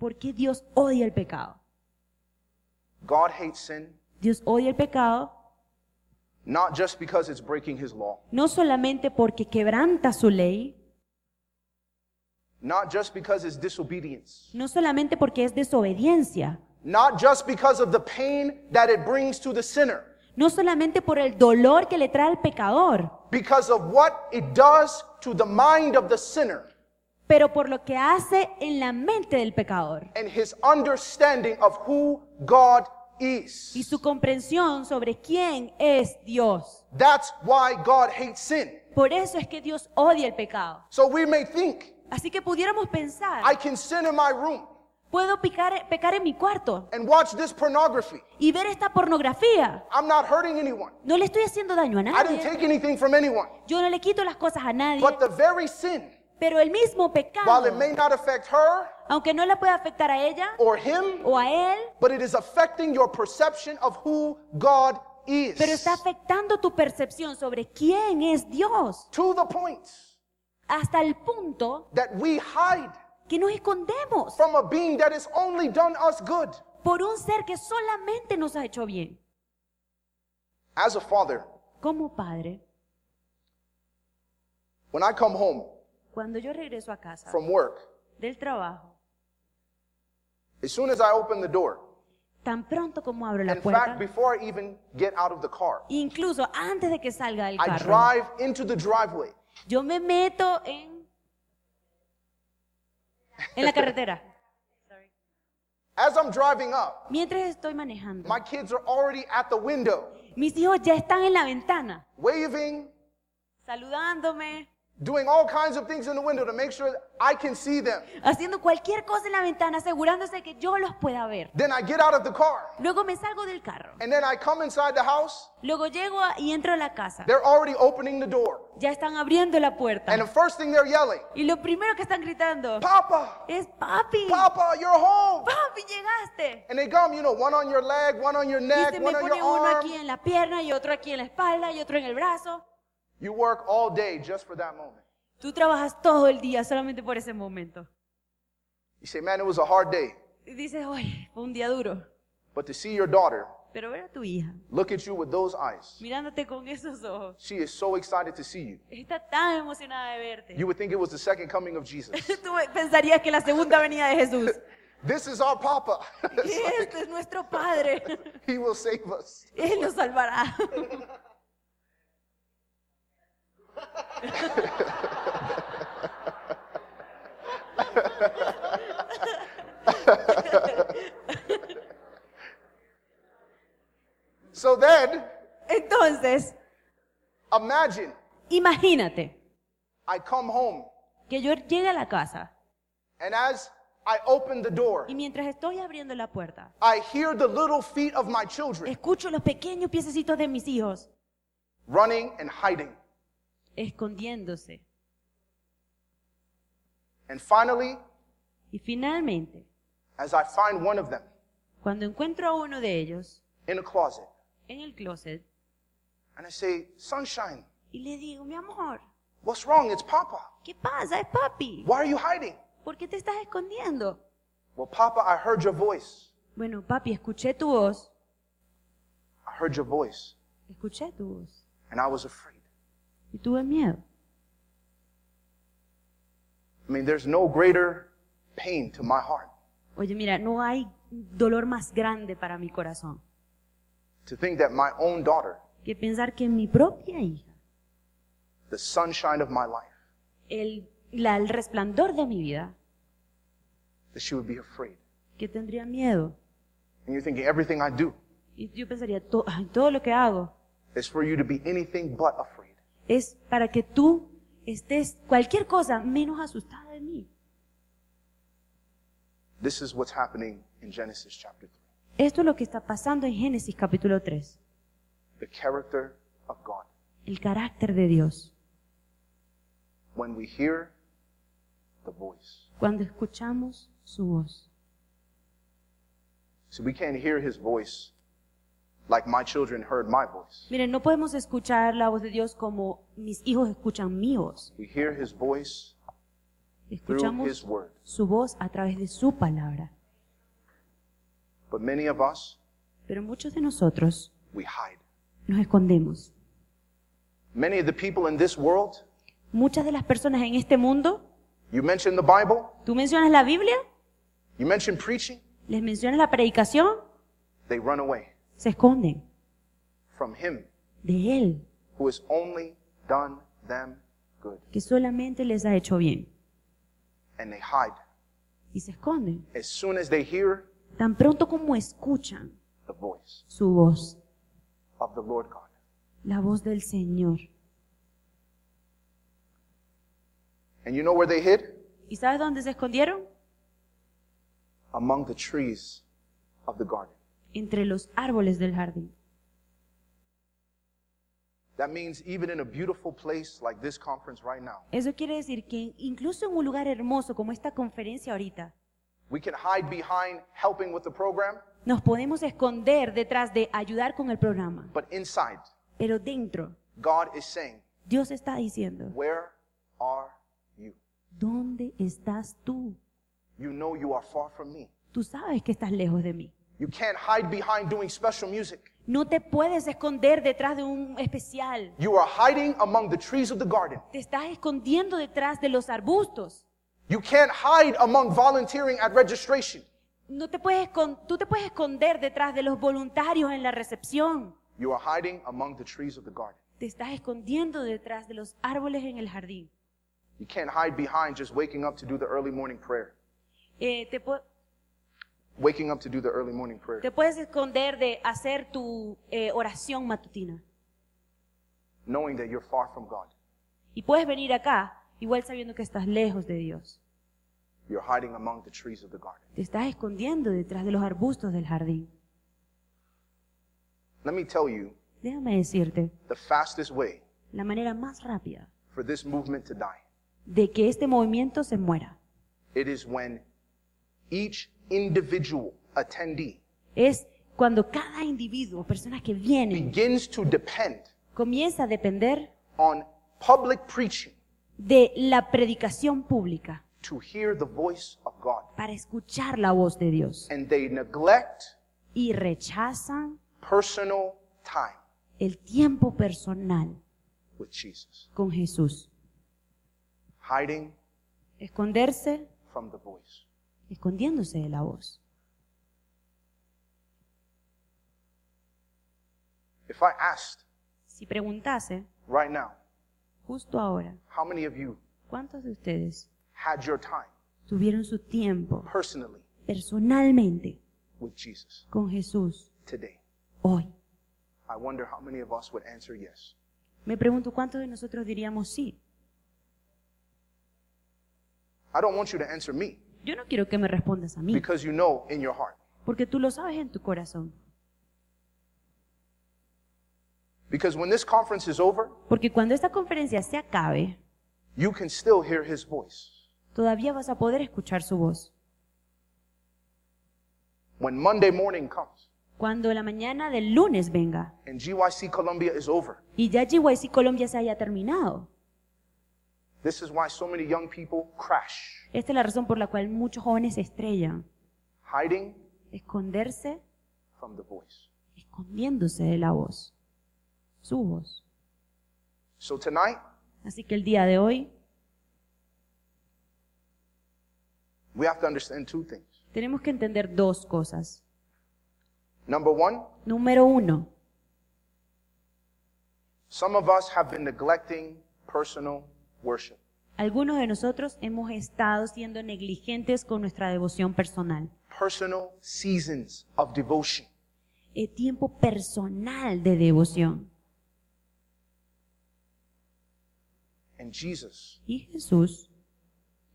Speaker 2: ¿por qué Dios odia el pecado?
Speaker 1: God hates sin
Speaker 2: Dios odia el pecado
Speaker 1: not just because it's breaking his law,
Speaker 2: no solamente porque quebranta su ley,
Speaker 1: not just because it's disobedience,
Speaker 2: no solamente porque es desobediencia,
Speaker 1: not just because of the pain that it brings to the sinner,
Speaker 2: no solamente por el dolor que le trae al pecador,
Speaker 1: because of what it does to the mind of the sinner
Speaker 2: pero por lo que hace en la mente del pecador
Speaker 1: and his understanding of who God
Speaker 2: y
Speaker 1: is.
Speaker 2: su comprensión sobre quién es Dios.
Speaker 1: That's why God hates sin.
Speaker 2: Por eso es que Dios odia el pecado.
Speaker 1: So we may think,
Speaker 2: Así que pudiéramos pensar,
Speaker 1: I can sin in my room
Speaker 2: puedo picar- pecar en mi cuarto
Speaker 1: and watch this pornography.
Speaker 2: y ver esta pornografía.
Speaker 1: I'm not hurting anyone.
Speaker 2: No le estoy haciendo daño a
Speaker 1: I didn't
Speaker 2: nadie.
Speaker 1: take anything from anyone.
Speaker 2: Yo no le quito las cosas a nadie.
Speaker 1: But the very sin,
Speaker 2: Pero el mismo
Speaker 1: while
Speaker 2: pecado,
Speaker 1: it may not affect her
Speaker 2: aunque no la pueda afectar a ella
Speaker 1: or him,
Speaker 2: o a él,
Speaker 1: but it is affecting your perception of who God is.
Speaker 2: pero está afectando tu percepción sobre quién es Dios,
Speaker 1: to the point
Speaker 2: hasta el punto
Speaker 1: that we hide
Speaker 2: que nos escondemos
Speaker 1: from a being that has only done us good.
Speaker 2: por un ser que solamente nos ha hecho bien.
Speaker 1: As a father,
Speaker 2: Como padre,
Speaker 1: when I come home
Speaker 2: cuando yo regreso a casa
Speaker 1: from work,
Speaker 2: del trabajo,
Speaker 1: as soon as I open the door,
Speaker 2: tan pronto como abro la
Speaker 1: in fact,
Speaker 2: puerta,
Speaker 1: before I even get out of the car,
Speaker 2: incluso antes de que salga del
Speaker 1: I
Speaker 2: carro,
Speaker 1: drive into the driveway
Speaker 2: yo me meto en, en la carretera.
Speaker 1: As I'm driving up,
Speaker 2: Mientras estoy manejando,
Speaker 1: my kids are already at the window,
Speaker 2: mis hijos ya están en la ventana,
Speaker 1: waving,
Speaker 2: saludándome,
Speaker 1: doing all kinds of things in the window to make sure that I can see them.
Speaker 2: haciendo cualquier cosa en la ventana, asegurándose que yo los pueda ver.
Speaker 1: Then I get out of the car,
Speaker 2: Luego me salgo del carro.
Speaker 1: and then I come inside the house.
Speaker 2: Luego llego a- y entro a la casa.
Speaker 1: They're already opening the door.
Speaker 2: Ya están abriendo la
Speaker 1: And the
Speaker 2: puerta.
Speaker 1: first thing they're yelling,
Speaker 2: Y lo primero que están gritando
Speaker 1: Papa,
Speaker 2: es, papi,
Speaker 1: Papa, you're home.
Speaker 2: papi, llegaste.
Speaker 1: And they come, you know, one on your leg, one on your
Speaker 2: Y
Speaker 1: neck,
Speaker 2: se me
Speaker 1: one on
Speaker 2: pone
Speaker 1: your
Speaker 2: uno
Speaker 1: arm.
Speaker 2: aquí en la pierna y otro aquí en la espalda y otro en el brazo.
Speaker 1: You work all day just for that moment.
Speaker 2: Tú trabajas todo el día solamente por ese momento.
Speaker 1: You say, man, it was a hard day.
Speaker 2: Y dices, oye, fue un día duro.
Speaker 1: But to see your daughter
Speaker 2: Pero ver a tu hija
Speaker 1: look at you with those eyes,
Speaker 2: mirándote con esos ojos.
Speaker 1: she is so excited to see you.
Speaker 2: Está tan emocionada de verte.
Speaker 1: You would think it was the second coming of Jesus.
Speaker 2: Tú pensarías que la segunda venida de Jesús.
Speaker 1: This is our Papa. It's like,
Speaker 2: Este es nuestro Padre.
Speaker 1: he will save us.
Speaker 2: Él nos salvará.
Speaker 1: So then,
Speaker 2: Entonces,
Speaker 1: imagine
Speaker 2: imagínate
Speaker 1: I come home,
Speaker 2: que yo llegue a la casa
Speaker 1: and as I open the door,
Speaker 2: y mientras estoy abriendo la puerta,
Speaker 1: I hear the little feet of my children
Speaker 2: escucho los pequeños piececitos de mis hijos
Speaker 1: running and hiding.
Speaker 2: escondiéndose.
Speaker 1: And finally,
Speaker 2: Y finalmente,
Speaker 1: as I find one of them
Speaker 2: cuando encuentro a uno de ellos
Speaker 1: in a closet,
Speaker 2: en el closet
Speaker 1: and I say, Sunshine,
Speaker 2: y le digo, mi amor,
Speaker 1: what's wrong? It's Papa.
Speaker 2: ¿qué pasa? Es papi.
Speaker 1: Why are you hiding?
Speaker 2: ¿Por qué te estás escondiendo?
Speaker 1: Well, Papa, I heard your voice.
Speaker 2: Bueno, papi, escuché tu voz.
Speaker 1: I heard your voice,
Speaker 2: Escuché tu voz.
Speaker 1: and I was afraid.
Speaker 2: Y tuve miedo.
Speaker 1: I mean, there's no greater pain to my heart
Speaker 2: Oye, mira, no hay dolor más grande para mi corazón
Speaker 1: to think that my own daughter,
Speaker 2: que pensar que mi propia hija,
Speaker 1: the sunshine of my life,
Speaker 2: el, la- el resplandor de mi vida,
Speaker 1: that she would be afraid.
Speaker 2: que tendría miedo.
Speaker 1: And you're thinking, everything I do
Speaker 2: Y yo pensaría, "To- ay, todo lo que hago
Speaker 1: is for you to be anything but afraid.
Speaker 2: es para que tú estés cualquier cosa menos asustada de mí.
Speaker 1: This is what's happening in Genesis chapter 3.
Speaker 2: Esto es lo que está pasando en Génesis capítulo 3,
Speaker 1: The character of God.
Speaker 2: el carácter de Dios.
Speaker 1: When we hear the voice.
Speaker 2: Cuando escuchamos su voz.
Speaker 1: See, we can't hear his voice like my children heard my voice.
Speaker 2: Miren, no podemos escuchar la voz de Dios como mis hijos escuchan mi voz.
Speaker 1: We hear his voice through his
Speaker 2: Escuchamos
Speaker 1: word.
Speaker 2: su voz a través de su palabra.
Speaker 1: But many of us,
Speaker 2: Pero muchos de nosotros
Speaker 1: we hide.
Speaker 2: nos escondemos.
Speaker 1: Many of the people in this world,
Speaker 2: Muchas de las personas en este mundo,
Speaker 1: you mention the Bible,
Speaker 2: tú mencionas la Biblia,
Speaker 1: you mention preaching,
Speaker 2: les mencionas la predicación,
Speaker 1: they run away
Speaker 2: se esconden
Speaker 1: from him
Speaker 2: de Él,
Speaker 1: who has only done them good.
Speaker 2: que solamente les ha hecho bien.
Speaker 1: And they hide.
Speaker 2: Y se esconden
Speaker 1: As soon as they hear
Speaker 2: tan pronto como escuchan
Speaker 1: the voice
Speaker 2: su voz,
Speaker 1: of the Lord God.
Speaker 2: la voz del Señor.
Speaker 1: And you know where they hid?
Speaker 2: ¿Y sabes dónde se escondieron?
Speaker 1: Among the trees of the garden.
Speaker 2: Entre los árboles del jardín.
Speaker 1: That means even in a beautiful place like this conference right now,
Speaker 2: Eso quiere decir que incluso en un lugar hermoso como esta conferencia ahorita,
Speaker 1: we can hide behind helping with the program,
Speaker 2: nos podemos esconder detrás de ayudar con el programa.
Speaker 1: but inside,
Speaker 2: Pero dentro,
Speaker 1: God is saying,
Speaker 2: Dios está diciendo,
Speaker 1: Where are you?
Speaker 2: ¿dónde estás tú?
Speaker 1: You know you are far from me.
Speaker 2: Tú sabes que estás lejos de mí.
Speaker 1: You can't hide behind doing special music.
Speaker 2: No te puedes esconder detrás de un especial.
Speaker 1: You are hiding among the trees of the garden.
Speaker 2: Te estás escondiendo detrás de los arbustos.
Speaker 1: You can't hide among volunteering at registration.
Speaker 2: No te puedes escon- tú te puedes esconder detrás de los voluntarios en la recepción.
Speaker 1: You are hiding among the trees of the garden.
Speaker 2: Te estás escondiendo detrás de los árboles en el jardín.
Speaker 1: You can't hide behind just waking up to do the early morning prayer.
Speaker 2: Eh, te, pu-
Speaker 1: Waking up to do the early morning prayer.
Speaker 2: te puedes esconder de hacer tu eh, oración matutina.
Speaker 1: Knowing that you're far from God.
Speaker 2: Y puedes venir acá igual sabiendo que estás lejos de Dios.
Speaker 1: You're hiding among the trees of the garden.
Speaker 2: Te estás escondiendo detrás de los arbustos del jardín.
Speaker 1: Let me tell you
Speaker 2: Déjame decirte,
Speaker 1: the fastest way
Speaker 2: la manera más rápida
Speaker 1: for this movement to die.
Speaker 2: de que este movimiento se muera
Speaker 1: It is when each individual attendee
Speaker 2: es cuando cada individuo, personas que vienen,
Speaker 1: begins to depend
Speaker 2: comienza a depender
Speaker 1: on public preaching
Speaker 2: de la predicación pública
Speaker 1: to hear the voice of God.
Speaker 2: para escuchar la voz de Dios
Speaker 1: And they neglect
Speaker 2: y rechazan
Speaker 1: personal time
Speaker 2: el tiempo personal
Speaker 1: with Jesus,
Speaker 2: con Jesús.
Speaker 1: hiding
Speaker 2: Esconderse,
Speaker 1: from the voice.
Speaker 2: escondiéndose de la voz.
Speaker 1: If I asked
Speaker 2: Si preguntase,
Speaker 1: right now,
Speaker 2: justo ahora,
Speaker 1: how many of you
Speaker 2: ¿cuántos de ustedes
Speaker 1: had your time
Speaker 2: tuvieron su tiempo
Speaker 1: personally
Speaker 2: personalmente
Speaker 1: with Jesus
Speaker 2: con Jesús
Speaker 1: today?
Speaker 2: hoy?
Speaker 1: I wonder how many of us would answer yes.
Speaker 2: Me pregunto cuántos de nosotros diríamos sí.
Speaker 1: I don't want you to answer me
Speaker 2: Yo no quiero que me respondas a mí,
Speaker 1: because you know in your heart,
Speaker 2: porque tú lo sabes en tu corazón.
Speaker 1: Because when this conference is over,
Speaker 2: Porque cuando esta conferencia se acabe,
Speaker 1: you can still hear his voice.
Speaker 2: todavía vas a poder escuchar su voz.
Speaker 1: When Monday morning comes
Speaker 2: Cuando la mañana del lunes venga
Speaker 1: and GYC Columbia is over,
Speaker 2: y ya GYC Colombia se haya terminado,
Speaker 1: this is why so many young people crash,
Speaker 2: esta es la razón por la cual muchos jóvenes se estrellan.
Speaker 1: hiding
Speaker 2: Esconderse,
Speaker 1: from the voice.
Speaker 2: escondiéndose de la voz. Su voz.
Speaker 1: So tonight,
Speaker 2: Así que el día de hoy
Speaker 1: we have to understand two things.
Speaker 2: Tenemos que entender dos cosas.
Speaker 1: Number one,
Speaker 2: Número uno,
Speaker 1: some of us have been neglecting personal worship.
Speaker 2: algunos de nosotros hemos estado siendo negligentes con nuestra devoción personal.
Speaker 1: personal seasons of devotion.
Speaker 2: Eh, tiempo personal de devoción.
Speaker 1: And Jesus,
Speaker 2: Y Jesús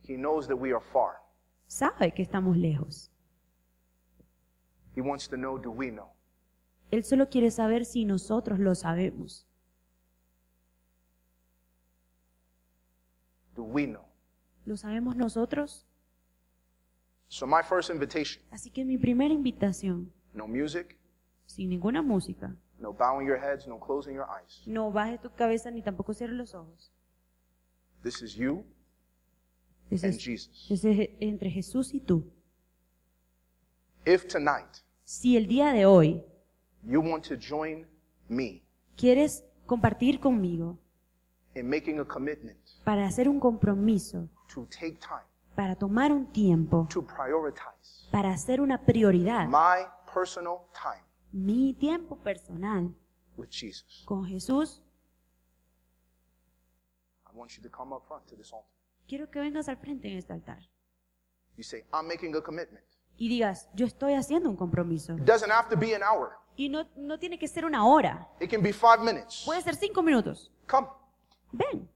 Speaker 1: He knows that we are far.
Speaker 2: sabe que estamos lejos.
Speaker 1: He wants to know, do we know?
Speaker 2: Él solo quiere saber si nosotros lo sabemos.
Speaker 1: Do we know?
Speaker 2: ¿Lo sabemos nosotros?
Speaker 1: So my first invitation,
Speaker 2: Así que mi primera invitación,
Speaker 1: no music,
Speaker 2: sin ninguna música,
Speaker 1: no bowing your heads, no closing your eyes.
Speaker 2: no bajes tu cabeza ni tampoco cierres los ojos.
Speaker 1: This is you
Speaker 2: Ese
Speaker 1: and
Speaker 2: es-
Speaker 1: Jesus.
Speaker 2: ese es eh, entre Jesús y tú.
Speaker 1: If tonight
Speaker 2: Si el día de hoy
Speaker 1: you want to join me
Speaker 2: quieres compartir conmigo
Speaker 1: in making a commitment
Speaker 2: para hacer un compromiso,
Speaker 1: to take time
Speaker 2: para tomar un tiempo,
Speaker 1: to prioritize
Speaker 2: para hacer una prioridad,
Speaker 1: my personal time
Speaker 2: mi tiempo personal
Speaker 1: with Jesus,
Speaker 2: con Jesús,
Speaker 1: I want you to come up front to this altar.
Speaker 2: quiero que vengas al frente en este altar
Speaker 1: You say, I'm making a commitment.
Speaker 2: y digas, yo estoy haciendo un compromiso.
Speaker 1: It doesn't have to be an hour.
Speaker 2: Y no, no tiene que ser una hora,
Speaker 1: It can be five minutes.
Speaker 2: puede ser cinco minutos.
Speaker 1: Come.
Speaker 2: Ven,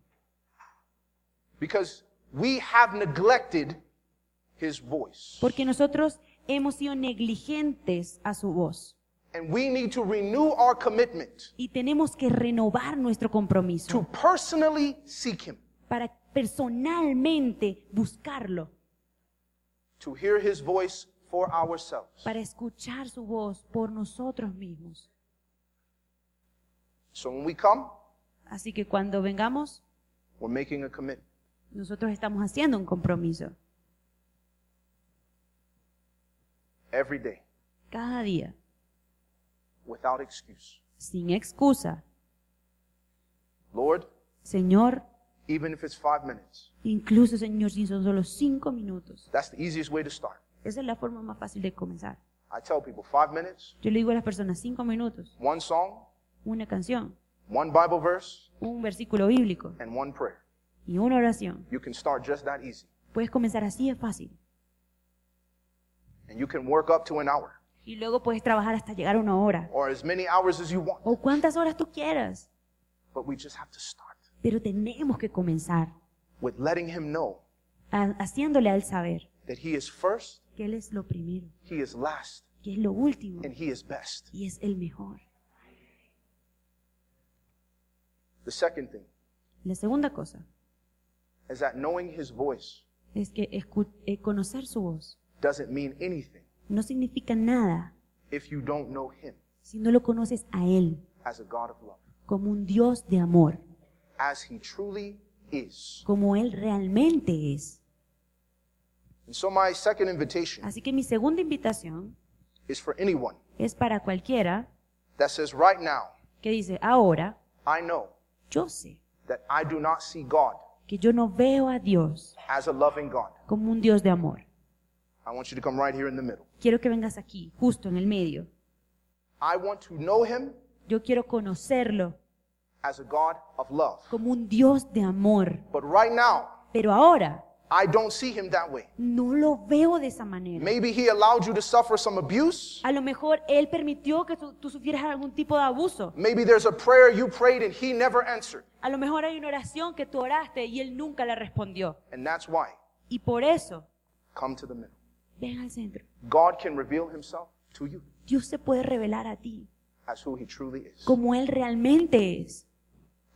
Speaker 1: Because we have neglected his voice.
Speaker 2: porque nosotros hemos sido negligentes a su voz
Speaker 1: And we need to renew our commitment
Speaker 2: y tenemos que renovar nuestro
Speaker 1: to
Speaker 2: compromiso
Speaker 1: personally seek him,
Speaker 2: para personalmente buscarlo.
Speaker 1: to hear his voice for ourselves.
Speaker 2: para escuchar su voz por nosotros mismos.
Speaker 1: So when we come,
Speaker 2: Así que cuando vengamos,
Speaker 1: we're making a commitment.
Speaker 2: nosotros estamos haciendo un compromiso
Speaker 1: Every day,
Speaker 2: cada día,
Speaker 1: without excuse.
Speaker 2: sin excusa.
Speaker 1: Lord,
Speaker 2: Señor,
Speaker 1: even if it's five minutes,
Speaker 2: incluso Señor, si son solo cinco minutos,
Speaker 1: that's the easiest way to start.
Speaker 2: esa es la forma más fácil de comenzar.
Speaker 1: I tell people five minutes,
Speaker 2: Yo le digo a las personas cinco minutos,
Speaker 1: one song,
Speaker 2: una canción,
Speaker 1: one Bible verse,
Speaker 2: un versículo bíblico
Speaker 1: and one prayer.
Speaker 2: y una oración.
Speaker 1: You can start just that easy.
Speaker 2: Puedes comenzar así de fácil
Speaker 1: And you can work up to an hour
Speaker 2: y luego puedes trabajar hasta llegar a una hora
Speaker 1: or as many hours as you want.
Speaker 2: o cuantas horas tú quieras,
Speaker 1: But we just have to start
Speaker 2: pero tenemos que comenzar
Speaker 1: with letting him know
Speaker 2: ha- haciéndole al saber
Speaker 1: that he is first,
Speaker 2: que Él es lo primero.
Speaker 1: he is last,
Speaker 2: que es lo último
Speaker 1: and he is best.
Speaker 2: y es el mejor.
Speaker 1: The second thing
Speaker 2: La segunda cosa
Speaker 1: is that knowing his voice
Speaker 2: es que escu- eh, conocer su voz
Speaker 1: doesn't mean anything
Speaker 2: no significa nada
Speaker 1: if you don't know him
Speaker 2: si no lo conoces a Él
Speaker 1: as a God of love,
Speaker 2: como un Dios de amor,
Speaker 1: as he truly is.
Speaker 2: como Él realmente es.
Speaker 1: And so my second invitation
Speaker 2: Así que mi segunda invitación
Speaker 1: is for anyone
Speaker 2: es para cualquiera
Speaker 1: that says right now,
Speaker 2: que dice, ahora
Speaker 1: I know
Speaker 2: yo sé
Speaker 1: that I do not see God
Speaker 2: que yo no veo a Dios
Speaker 1: as a loving God.
Speaker 2: como un Dios de amor.
Speaker 1: I want you to come right here in the middle.
Speaker 2: Quiero que vengas aquí, justo en el medio.
Speaker 1: I want to know him
Speaker 2: Yo quiero conocerlo
Speaker 1: as a God of love.
Speaker 2: como un Dios de amor,
Speaker 1: But right now,
Speaker 2: pero ahora
Speaker 1: I don't see him that way.
Speaker 2: no lo veo de esa manera.
Speaker 1: Maybe he allowed you to suffer some abuse.
Speaker 2: A lo mejor él permitió que tú, tú sufrieras algún tipo de abuso.
Speaker 1: Maybe there's a prayer you prayed and he never answered.
Speaker 2: A lo mejor hay una oración que tú oraste y él nunca la respondió.
Speaker 1: And that's why.
Speaker 2: Y por eso,
Speaker 1: Come to the middle.
Speaker 2: ven al centro.
Speaker 1: God can reveal himself to you
Speaker 2: Dios se puede revelar a ti
Speaker 1: as who he truly is.
Speaker 2: como él realmente es.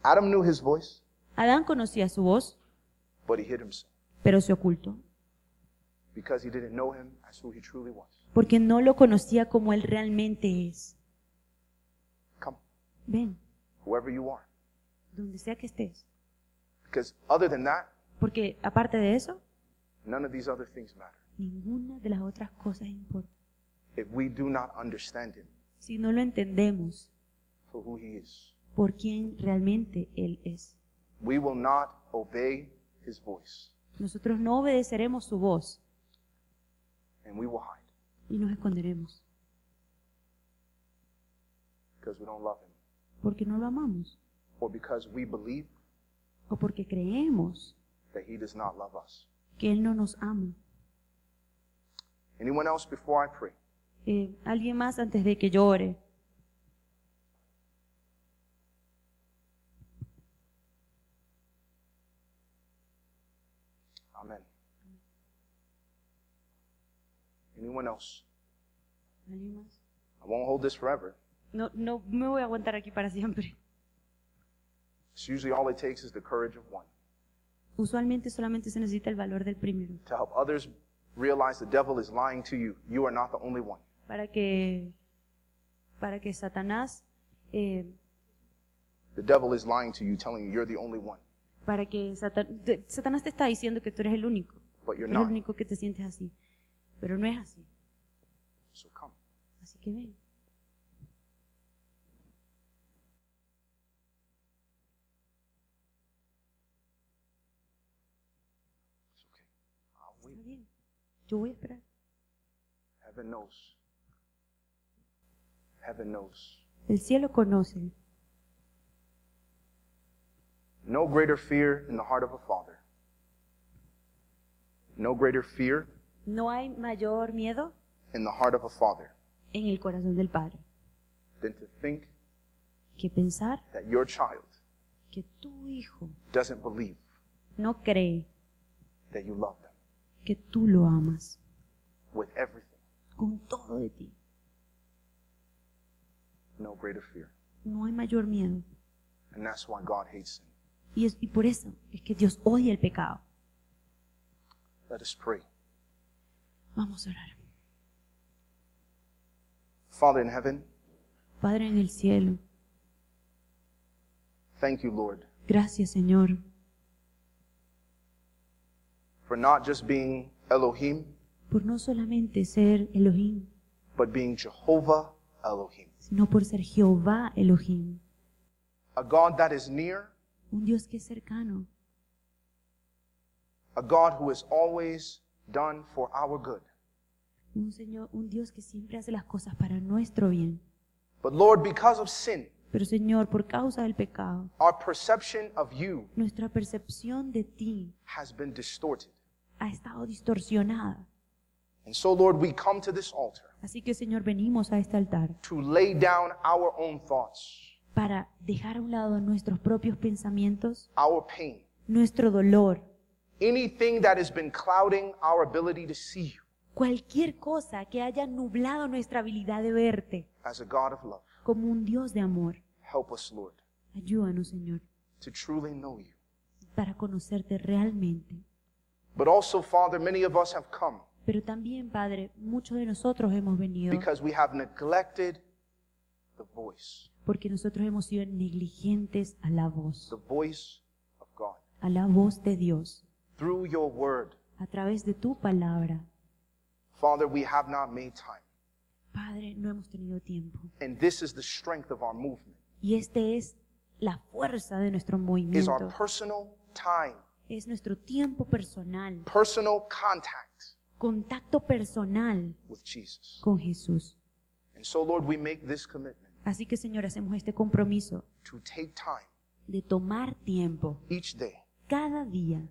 Speaker 1: Adam knew his voice,
Speaker 2: Adán conocía su voz,
Speaker 1: but he hid himself
Speaker 2: pero se ocultó,
Speaker 1: because he didn't know him as who he truly was.
Speaker 2: porque no lo conocía como él realmente es.
Speaker 1: Come,
Speaker 2: Ven,
Speaker 1: whoever you are.
Speaker 2: donde sea que estés.
Speaker 1: Because other than that,
Speaker 2: Porque aparte de eso,
Speaker 1: none of these other things matter.
Speaker 2: ninguna de las otras cosas importa.
Speaker 1: If we do not understand him
Speaker 2: Si no lo entendemos
Speaker 1: for who he is,
Speaker 2: por quién realmente él es.
Speaker 1: we will not obey his voice.
Speaker 2: Nosotros no obedeceremos su voz.
Speaker 1: and we will hide
Speaker 2: y nos esconderemos,
Speaker 1: because we don't love him
Speaker 2: porque no lo amamos,
Speaker 1: or because we believe
Speaker 2: o porque creemos
Speaker 1: that he does not love us.
Speaker 2: que Él no nos ama.
Speaker 1: Anyone else before I pray?
Speaker 2: Eh, ¿Alguien más antes de que llore?
Speaker 1: Amen. Anyone else?
Speaker 2: ¿Alguien más?
Speaker 1: I won't hold this forever.
Speaker 2: No, no me voy a aguantar aquí para siempre.
Speaker 1: It's usually all it takes is the courage of one
Speaker 2: Usualmente solamente se necesita el valor del primero,
Speaker 1: to help others realize the devil is lying to you. You are not the only one.
Speaker 2: para que, para que Satanás, eh,
Speaker 1: The devil is lying to you, telling you you're the only one,
Speaker 2: para que Sata- te- Satanás te está diciendo que tú eres el único,
Speaker 1: but
Speaker 2: tú
Speaker 1: you're
Speaker 2: eres el
Speaker 1: not.
Speaker 2: único que te sientes así, pero no es así,
Speaker 1: So come.
Speaker 2: así que ven.
Speaker 1: It's okay. I'll wait.
Speaker 2: Está bien. Yo voy a esperar.
Speaker 1: Heaven knows. Heaven knows.
Speaker 2: El cielo conoce.
Speaker 1: No greater fear in the heart of a father. No greater fear
Speaker 2: No hay mayor miedo
Speaker 1: in the heart of a father
Speaker 2: en el corazón del Padre
Speaker 1: than to think
Speaker 2: que pensar
Speaker 1: that your child
Speaker 2: que tu hijo
Speaker 1: doesn't believe
Speaker 2: no cree
Speaker 1: that you love them
Speaker 2: que tú lo amas
Speaker 1: with everything.
Speaker 2: con todo de ti.
Speaker 1: No greater fear.
Speaker 2: No hay mayor miedo.
Speaker 1: And that's why God hates sin.
Speaker 2: Y, es, y por eso es que Dios odia el pecado.
Speaker 1: Let us pray.
Speaker 2: Vamos a orar.
Speaker 1: Father in heaven,
Speaker 2: Padre en el cielo,
Speaker 1: thank you, Lord,
Speaker 2: gracias Señor
Speaker 1: for not just being Elohim,
Speaker 2: por no solamente ser Elohim,
Speaker 1: but being Jehovah Elohim,
Speaker 2: sino por ser Jehová Elohim,
Speaker 1: a God that is near,
Speaker 2: un Dios que es cercano,
Speaker 1: a God who is always done for our good.
Speaker 2: un, Señor, un Dios que siempre hace las cosas para nuestro bien.
Speaker 1: But Lord, because of sin,
Speaker 2: Pero Señor, por causa del pecado,
Speaker 1: our perception of you
Speaker 2: nuestra percepción de ti
Speaker 1: has been distorted.
Speaker 2: ha estado distorsionada.
Speaker 1: And so, Lord, we come to this altar
Speaker 2: Así que Señor, venimos a este altar
Speaker 1: to lay down our own thoughts,
Speaker 2: para dejar a un lado nuestros propios pensamientos,
Speaker 1: our pain,
Speaker 2: nuestro dolor,
Speaker 1: anything that has been clouding our ability to see you
Speaker 2: cualquier cosa que haya nublado nuestra habilidad de verte
Speaker 1: as a God of love.
Speaker 2: como un Dios de amor.
Speaker 1: Help us, Lord,
Speaker 2: Ayúdanos, Señor,
Speaker 1: to truly know you.
Speaker 2: para conocerte realmente.
Speaker 1: But also, Father, many of us have come
Speaker 2: Pero también, Padre, muchos de nosotros hemos venido
Speaker 1: because we have neglected the voice,
Speaker 2: porque nosotros hemos sido negligentes a la voz,
Speaker 1: the voice of God
Speaker 2: a la voz de Dios,
Speaker 1: through your word.
Speaker 2: a través de tu palabra.
Speaker 1: Father, we have not made time.
Speaker 2: Padre, no hemos tenido tiempo.
Speaker 1: And this is the strength of our movement.
Speaker 2: Y este es la fuerza de nuestro
Speaker 1: is our
Speaker 2: movimiento.
Speaker 1: personal time,
Speaker 2: Es nuestro tiempo personal,
Speaker 1: personal contact
Speaker 2: contacto personal
Speaker 1: with Jesus.
Speaker 2: con Jesús.
Speaker 1: And so, Lord, we make this commitment
Speaker 2: Así que, Señor, hacemos este compromiso
Speaker 1: to take time
Speaker 2: de tomar tiempo
Speaker 1: each day
Speaker 2: cada día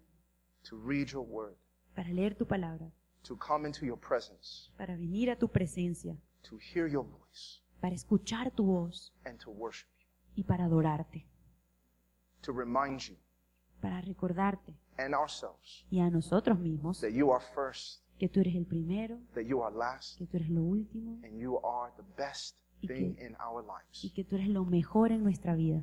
Speaker 1: to read your word,
Speaker 2: para leer tu palabra,
Speaker 1: to come into your presence,
Speaker 2: para venir a tu presencia,
Speaker 1: to hear your voice,
Speaker 2: para escuchar tu voz
Speaker 1: and to worship you,
Speaker 2: y para adorarte,
Speaker 1: to remind you
Speaker 2: para recordarte
Speaker 1: and ourselves
Speaker 2: y a nosotros mismos
Speaker 1: that you are first,
Speaker 2: que tú eres el primero,
Speaker 1: that you are last,
Speaker 2: que tú eres lo último
Speaker 1: and you are the best thing in our
Speaker 2: y
Speaker 1: lives.
Speaker 2: que tú eres lo mejor en nuestra vida.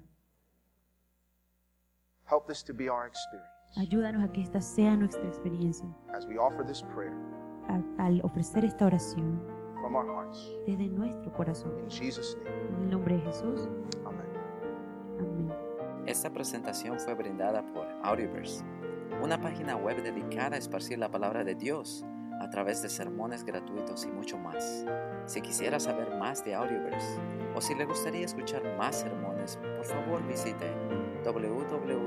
Speaker 1: Help this to be our experience
Speaker 2: Ayúdanos a que esta sea nuestra experiencia.
Speaker 1: as we offer this prayer
Speaker 2: al, al ofrecer esta oración
Speaker 1: from our hearts.
Speaker 2: desde nuestro corazón.
Speaker 1: In Jesus' name,
Speaker 2: En el nombre de Jesús.
Speaker 1: amen.
Speaker 2: Amén.
Speaker 3: Esta presentación fue brindada por Audioverse, una página web dedicada a esparcir la palabra de Dios a través de sermones gratuitos y mucho más. Si quisiera saber más de Audioverse o si le gustaría escuchar más sermones, por favor visite www.audioverse.org.